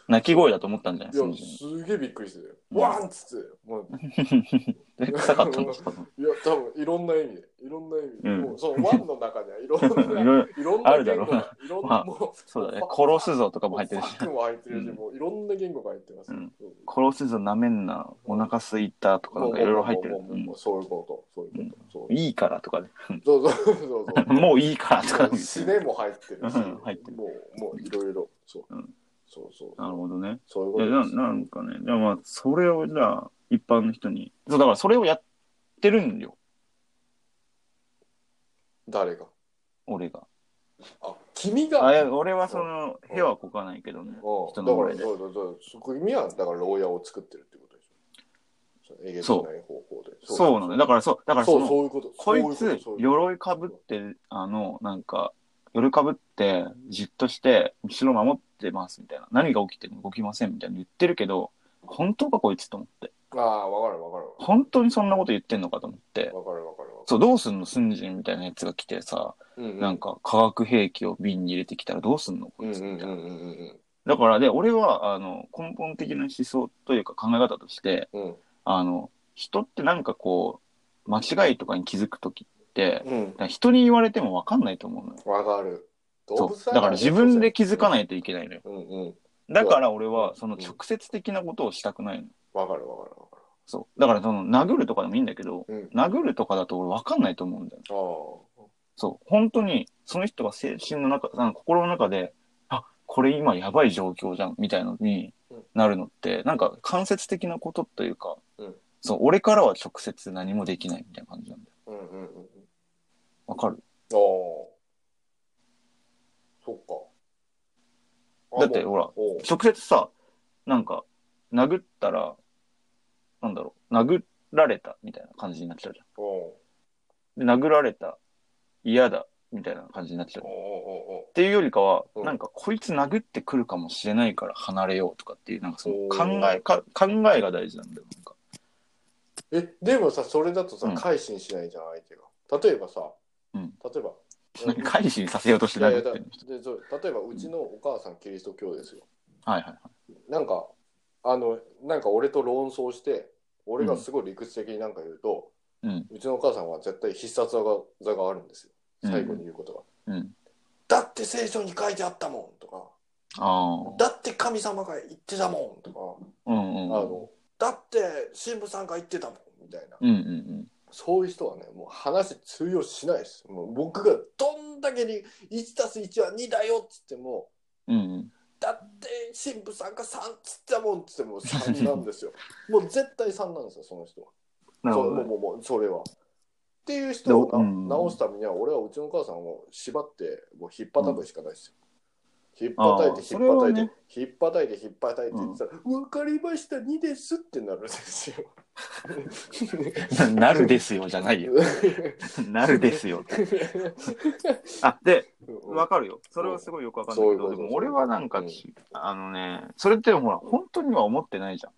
Speaker 2: 泣き声だと思ったんじゃない
Speaker 3: い
Speaker 2: そ
Speaker 3: や
Speaker 2: の時
Speaker 3: すげえびっくりしてたよ「ワン!」っつっててもう
Speaker 2: え臭かった んですか
Speaker 3: いや、多分いろんな意味で、いろんな意味で、
Speaker 2: うん
Speaker 3: もうそのワンの中には いろ
Speaker 2: いろ
Speaker 3: ん
Speaker 2: い
Speaker 3: な、
Speaker 2: ろ、
Speaker 3: いろんな
Speaker 2: あるだ
Speaker 3: 言
Speaker 2: ろ
Speaker 3: 語
Speaker 2: うな
Speaker 3: が、いろん
Speaker 2: ま
Speaker 3: な、
Speaker 2: あ
Speaker 3: もう、
Speaker 2: そうだね
Speaker 3: も。
Speaker 2: 殺すぞとかも入ってる
Speaker 3: もう
Speaker 2: し
Speaker 3: フ。ァックも入ってるし、
Speaker 2: うん
Speaker 3: もういろんな言語が入ってます。
Speaker 2: うん殺すぞ、舐めんな、お腹すいたとか、なんかいろいろ入ってる。
Speaker 3: もうもうもうそういうこと、そういうこと、そう
Speaker 2: うんいいからとかね。
Speaker 3: そうそうそうそう。
Speaker 2: もういいからとか。
Speaker 3: すねも入ってるし、
Speaker 2: うん入ってる
Speaker 3: もう、もういろいろ、そう、
Speaker 2: うん
Speaker 3: そうそう、
Speaker 2: なるほどね。
Speaker 3: そういう
Speaker 2: い
Speaker 3: こ
Speaker 2: や、
Speaker 3: と
Speaker 2: な
Speaker 3: です。
Speaker 2: なんかね、じゃあまあ、それを、じゃあ、一般の人に。そう、だからそれをやってるんよ、
Speaker 3: 誰が。
Speaker 2: 俺が。
Speaker 3: あ、君
Speaker 2: あい
Speaker 3: が。
Speaker 2: や俺はその、部屋はこかないけどね。
Speaker 3: うん
Speaker 2: 人
Speaker 3: だ
Speaker 2: の
Speaker 3: か
Speaker 2: 前
Speaker 3: ら、
Speaker 2: で。
Speaker 3: そうそうそう、そこ意味は、だから、牢屋を作ってるってことでしょ。えげつない方法で。
Speaker 2: そうなのよ。だからそう、だから
Speaker 3: そ、
Speaker 2: そうの、
Speaker 3: そういうこと。
Speaker 2: こい
Speaker 3: そうう
Speaker 2: つ
Speaker 3: とそう、うと
Speaker 2: 鎧かぶって、あの、なんか、夜かぶって、じっとして、後ろ守ってますみたいな。何が起きても動きませんみたいな言ってるけど、本当かこいつと思って。
Speaker 3: ああ、わかるわかるわ。
Speaker 2: 本当にそんなこと言ってんのかと思って。
Speaker 3: わかるわかるわか
Speaker 2: そう、どうすんのスンジンみたいなやつが来てさ、
Speaker 3: る。う
Speaker 2: なん。か化学兵器を瓶に入れてきたらどうすんのこ
Speaker 3: うん
Speaker 2: いうつ
Speaker 3: んうん
Speaker 2: み
Speaker 3: う
Speaker 2: たいな。
Speaker 3: んうん
Speaker 2: だから、で、俺は、あの、根本的な思想というか考え方として、
Speaker 3: うん。うん
Speaker 2: あの、人ってなんかこう、間違いとかに気づくときって、
Speaker 3: うん。
Speaker 2: 人に言われても分かんないと思うのよ。
Speaker 3: わかる。動
Speaker 2: そ
Speaker 3: 物
Speaker 2: う。だから自分で気づか
Speaker 3: い。
Speaker 2: ないといけないのよ。
Speaker 3: うんうん。
Speaker 2: だから俺は、その直接的なことをしたくないの。
Speaker 3: わかるわかるわか
Speaker 2: そう。だから、その、殴るとかでもいいんだけど、
Speaker 3: る。うん。
Speaker 2: 殴るとかだと俺分かんないと思うんだよ。
Speaker 3: ああ。
Speaker 2: そう、本当に、その人が精神の中、あの心の中で、あ、これ今やばい状況じゃん、みたいのに
Speaker 3: うん
Speaker 2: なるのって、なんか間接的なことというか、
Speaker 3: うん
Speaker 2: そう、俺からは直接何もできないみたいな感じなんだよ。
Speaker 3: うんうんうんうん。
Speaker 2: わかる
Speaker 3: ああ。そっか。
Speaker 2: だってほら、
Speaker 3: おう
Speaker 2: 直接さ、なんか、殴ったら、なんだろう、殴られたみたいな感じになっちゃうじゃ。
Speaker 3: おうん
Speaker 2: で殴られた、嫌だ、みたいな感じになっちゃう。
Speaker 3: おう
Speaker 2: っ
Speaker 3: おうおう
Speaker 2: ていうよりかは、
Speaker 3: うん
Speaker 2: なんか、こいつ殴ってくるかもしれないから離れようとかっていう、なんかその
Speaker 3: お
Speaker 2: 考
Speaker 3: ー
Speaker 2: え、か考えが大事なんだよ。なんか
Speaker 3: え、でもさ、それだとさ
Speaker 2: うん、
Speaker 3: 改心しないじゃん、相手が。例えばさ、
Speaker 2: うん
Speaker 3: 例えば、
Speaker 2: 何改心させようとして
Speaker 3: いやい
Speaker 2: 殴
Speaker 3: や
Speaker 2: って
Speaker 3: だ
Speaker 2: る
Speaker 3: でそう例えばうちのお母さんキリスト教ですよ
Speaker 2: はいはいはい。
Speaker 3: なんかあのなんか俺と論争して俺がすごい理屈的になんか言うと、
Speaker 2: うん
Speaker 3: ちのお母さんは絶対必殺技技があるんですよ最後に言うことが、
Speaker 2: うん。
Speaker 3: だって聖書に書いてあったもんとか
Speaker 2: ああ。
Speaker 3: だって神様が言ってたもんとか、
Speaker 2: うんうん。
Speaker 3: あのだって神父さんが言ってたもんみたいな、
Speaker 2: うんうんうん。
Speaker 3: そういう人はねもう話通用しないですもう僕がどんだけに1たす1は2だよっつっても
Speaker 2: うんうん。
Speaker 3: だって神父さんが3つったもんっつっても3なん ですよもう絶対3なんですよその人は
Speaker 2: なるほど
Speaker 3: そう
Speaker 2: ね。
Speaker 3: もうもうもうそれはっていう人をな
Speaker 2: でうん
Speaker 3: 直すためには俺はうちの母さんを縛ってもうひっぱたくしかないですよ、ひっぱた
Speaker 2: あ
Speaker 3: いて
Speaker 2: ー
Speaker 3: ひっぱたい
Speaker 2: それ
Speaker 3: て、
Speaker 2: はね
Speaker 3: ひっぱたいてひっぱたいてって言ったら「分かりました2です」ってなるんですよ
Speaker 2: なるですよじゃない よ。なるですよ。あ、で、わかるよ。それはすごいよくわかるんだけ
Speaker 3: そう
Speaker 2: ど、で
Speaker 3: いうこと
Speaker 2: も俺はなんか
Speaker 3: うん
Speaker 2: ち、あのね、それってほら、本当には思ってないじゃん。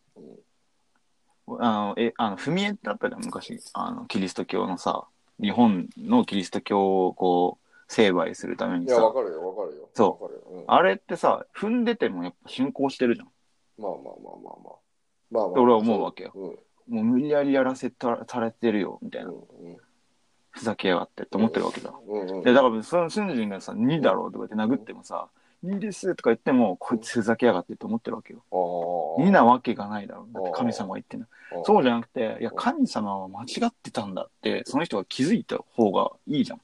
Speaker 2: あの、え、あの、踏み絵ってあったじゃん、昔。あの、キリスト教のさ、日本のキリスト教をこう、成敗するため
Speaker 3: い
Speaker 2: に
Speaker 3: やわ
Speaker 2: さ、
Speaker 3: かるよわかるよ
Speaker 2: そう
Speaker 3: わかるよ、うん
Speaker 2: あれってさ、踏んでてもやっぱ進行してるじゃん。
Speaker 3: まあまあまあまあまあまあまあ
Speaker 2: で俺は思うわけよ
Speaker 3: うん
Speaker 2: もう無理やりやらせたされてるよ、みたいな。
Speaker 3: うんうん
Speaker 2: ふざけやがってって思ってるわけだ。
Speaker 3: うんうん
Speaker 2: で、だから、その瞬ンがさ、2だろうとか言って殴ってもさ、2ですとか言っても、こいつふざけやがってって思ってるわけよ。2
Speaker 3: 2
Speaker 2: なわけがないだろう。だって神様が言ってんだそうじゃなくて、いや、
Speaker 3: うん
Speaker 2: 神様は間違ってたんだって、その人が気づいた方がいいじゃん。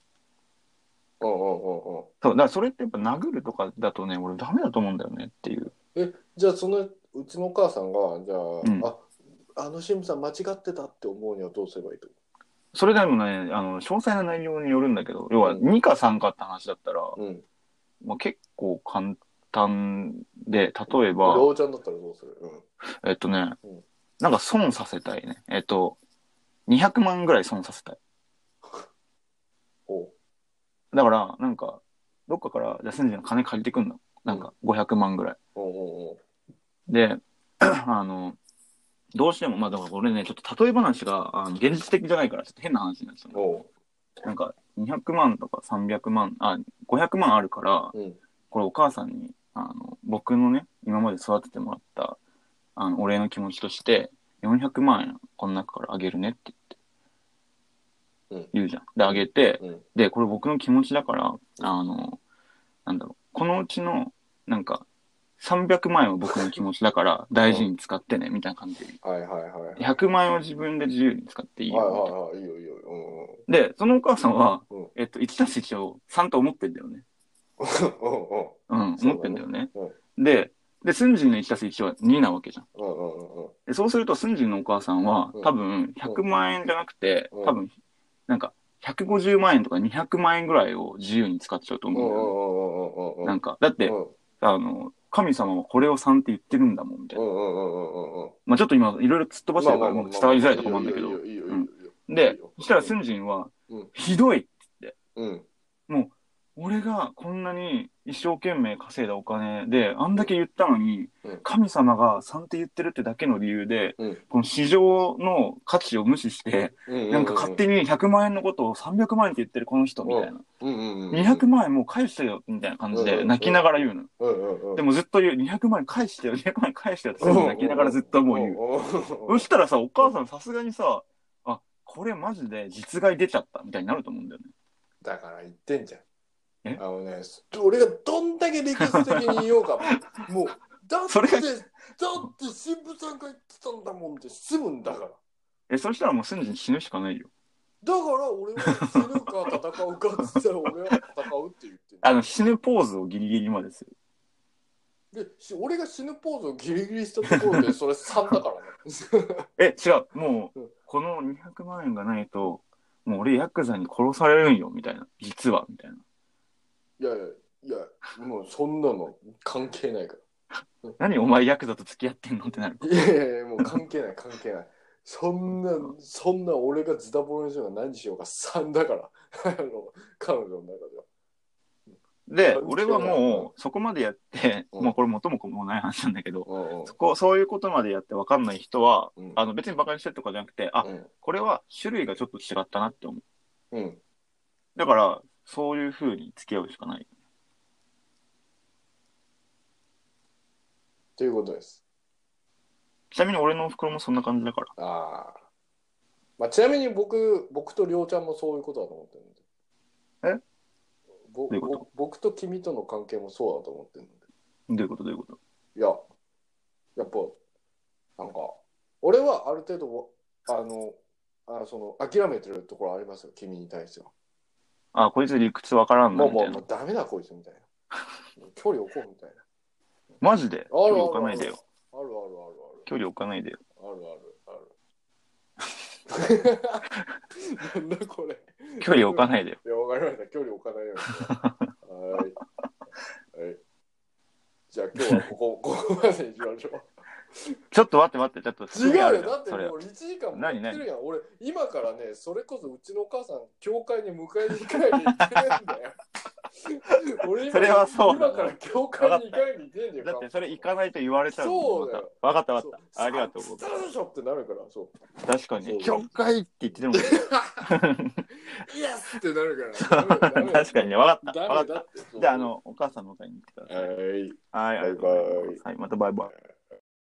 Speaker 3: うんうんうんうん
Speaker 2: そう、だからそれってやっぱ殴るとかだとね、俺ダメだと思うんだよねっていう。
Speaker 3: じゃあそのうちのお母さんがじゃあ、
Speaker 2: ん
Speaker 3: ああのシムさん間違ってたって思うにはどうすればいいと
Speaker 2: それでもね、あの、詳細な内容によるんだけど、要は2か3かって話だったら、
Speaker 3: 思う、うん、
Speaker 2: まあ、結構簡単で、例えば、
Speaker 3: ローちゃんだったらどうする、うん、
Speaker 2: えっとね
Speaker 3: うん、
Speaker 2: なんか損させたいね。えっと、200万ぐらい損させたい。
Speaker 3: おう
Speaker 2: だから、なんか、どっかから、じゃあ、先生の金借りてくんの。なんか、500万ぐらい。
Speaker 3: おう
Speaker 2: で、 あの、どうしても、まあ、だから俺ね、ちょっと例え話が、あの現実的じゃないから、ちょっと変な話になっちゃう
Speaker 3: おう
Speaker 2: の。
Speaker 3: おう
Speaker 2: なんか、200万とか300万、あ、500万あるから、
Speaker 3: うん
Speaker 2: これお母さんに、あの、僕のね、今まで育ててもらった、あの、お礼の気持ちとして、400万円、この中からあげるねって言って、
Speaker 3: うん
Speaker 2: 言うじゃん。で、あげて、
Speaker 3: うん
Speaker 2: で、これ僕の気持ちだから、あの、なんだろう、このうちの、なんか、300万円は僕の気持ちだから、大事に使ってね、みたいな感じで。
Speaker 3: はいはいはいはいはい
Speaker 2: 100万円は自分で自由に使っていいよ。
Speaker 3: はいはいいいよいいようんうん
Speaker 2: みたいなで、そのお母さんは
Speaker 3: うん、
Speaker 2: えっと、1たす1を3と思ってんだよね。
Speaker 3: うんうん
Speaker 2: うん、
Speaker 3: そうだね
Speaker 2: 思ってんだよね。で、で、スンジンの1たす1は2なわけじゃん。
Speaker 3: うんうんうんうん
Speaker 2: でそうすると、スンジンのお母さんは
Speaker 3: うん、
Speaker 2: 多分、100万円じゃなくて
Speaker 3: うん、
Speaker 2: 多分、なんか、150万円とか200万円ぐらいを自由に使っちゃうと思う
Speaker 3: う
Speaker 2: んんだよね。
Speaker 3: うんうんうんうんうん
Speaker 2: なんか、だって
Speaker 3: う、ん
Speaker 2: あの、神様はこれを3って言ってるんだもん、みたいな。
Speaker 3: うんうんうんうんうんうん
Speaker 2: まあちょっと今、いろいろ突っ飛ばしてるから、
Speaker 3: まあ
Speaker 2: もう
Speaker 3: まあまあまあ
Speaker 2: 伝わりづらいとこもあるんだけ
Speaker 3: いいよ
Speaker 2: ど。
Speaker 3: いいよいいよいいよいいよ
Speaker 2: で
Speaker 3: いいよ、
Speaker 2: そしたらスンジンは
Speaker 3: うん、
Speaker 2: ひどい
Speaker 3: うん
Speaker 2: 俺がこんなに一生懸命稼いだお金で、あんだけ言ったのに、
Speaker 3: うん
Speaker 2: 神様が3って言ってるってだけの理由で、
Speaker 3: うん
Speaker 2: この市場の価値を無視して、なんか勝手に100万円のことを300万円って言ってるこの人みたいな。
Speaker 3: に、うんうんうん、
Speaker 2: 200万円もう返してよみたいな感じ
Speaker 3: うんうんう
Speaker 2: で
Speaker 3: ん
Speaker 2: 泣きながら言うの。
Speaker 3: うんうんうん、
Speaker 2: でもずっと言う、200万円返してよ、200万円返してよってずっと泣きながらずっともう言う。そうしたらさ、お母さんさすがにさ、あ、これマジで実害出ちゃったみたいになると思うんだよね。
Speaker 3: だから言ってんじゃ
Speaker 2: え
Speaker 3: ん。あのね、俺がどんだけ歴史的に言おうか、 もう、だって、
Speaker 2: それ
Speaker 3: だ
Speaker 2: が
Speaker 3: って新聞さんが言ってたんだもんって済むんだから。
Speaker 2: え、そしたらもう瞬時に死ぬしかないよ。
Speaker 3: だから俺は死ぬか戦うかって言ったら俺は戦うって言って
Speaker 2: あの、死ぬポーズをギリギリまでする。
Speaker 3: る。で、し俺が死ぬポーズをギリギリしたところで、それ3だからね。
Speaker 2: え、違う。も
Speaker 3: うん
Speaker 2: う、この200万円がないと、もう俺ヤクザに殺されるんよ、みたいな。実は、みたいな。
Speaker 3: いやいや、いや、もうそんなの関係ないか
Speaker 2: 何お前ヤクザと付き合ってんのってなる。
Speaker 3: ら。いやいやいや、もう関係ない関係ない。そんな、そんな俺がズタボロにしようが何しようが3だから。あの、彼女の中では。
Speaker 2: で、
Speaker 3: うん
Speaker 2: 俺はもう、そこまでやって、
Speaker 3: うん
Speaker 2: まあこれ元も子もない話なんだけど、
Speaker 3: うんうん
Speaker 2: そこ、そういうことまでやって分かんない人は、
Speaker 3: うん
Speaker 2: あの、別に馬鹿にしてるとかじゃなくて、あ、
Speaker 3: うん
Speaker 2: これは種類がちょっと違ったなって思う。
Speaker 3: うん。
Speaker 2: だから、そういう風に付き合うしかない。
Speaker 3: ということです。
Speaker 2: ちなみに俺のお袋もそんな感じだから。
Speaker 3: ああ。まあ、ちなみに僕、僕とりょうちゃんもそういうことだと思ってるんで。ぼ
Speaker 2: どういうこと
Speaker 3: ぼ僕と君との関係もそうだと思ってるんで。
Speaker 2: どういうことどういうこと
Speaker 3: いや、やっぱ、なんか、俺はある程度、あの、あその諦めてるところありますよ、君に対しては。
Speaker 2: あ、こいつ理屈分からんな、
Speaker 3: もう、
Speaker 2: み
Speaker 3: も
Speaker 2: たいな
Speaker 3: う、もう。ダメだ、こいつみたいな。距離置こうみたいな。
Speaker 2: マジで距
Speaker 3: ある
Speaker 2: 離
Speaker 3: ある
Speaker 2: 置かないでよ。
Speaker 3: あるある
Speaker 2: 距離置かないでよ。
Speaker 3: あるあるあるあるある。なんだこれ。
Speaker 2: 距離置かないでよ。
Speaker 3: いや、わかりました。距離置かないように。はい。はい。じゃあ今日はここ、ここまでにしましょう。
Speaker 2: ちょっと待って待って、ちょっと
Speaker 3: 違
Speaker 2: す
Speaker 3: う
Speaker 2: ぐやる
Speaker 3: よ。だって
Speaker 2: そ
Speaker 3: も
Speaker 2: れは
Speaker 3: う1時間もやってるやん。俺、今からね、それこそうちのお母さん、教会に迎えに行かないに行ってるんだ よ。俺今
Speaker 2: それはそうだ
Speaker 3: 今
Speaker 2: な
Speaker 3: から教会に行かないに行ってんだよ。
Speaker 2: だってそれ行かないと言われちゃう
Speaker 3: そ
Speaker 2: もん
Speaker 3: うだよ
Speaker 2: わかったわか
Speaker 3: そう
Speaker 2: った。ありがとうござ
Speaker 3: さ
Speaker 2: い
Speaker 3: あでしょってなるから、 そう。
Speaker 2: ます。確かに。
Speaker 3: そう
Speaker 2: 教会って言ってて も、
Speaker 3: イエスってなるから。ダ メ
Speaker 2: 確かにね、わかった。
Speaker 3: ダ
Speaker 2: わ
Speaker 3: メ
Speaker 2: か
Speaker 3: だ
Speaker 2: っ
Speaker 3: って。
Speaker 2: た。じゃあ、あの、お母さんの迎えに来てくだ
Speaker 3: そ
Speaker 2: さ
Speaker 3: う。
Speaker 2: い。
Speaker 3: はい。
Speaker 2: はい、ありがとうございますはい、またバイバイ。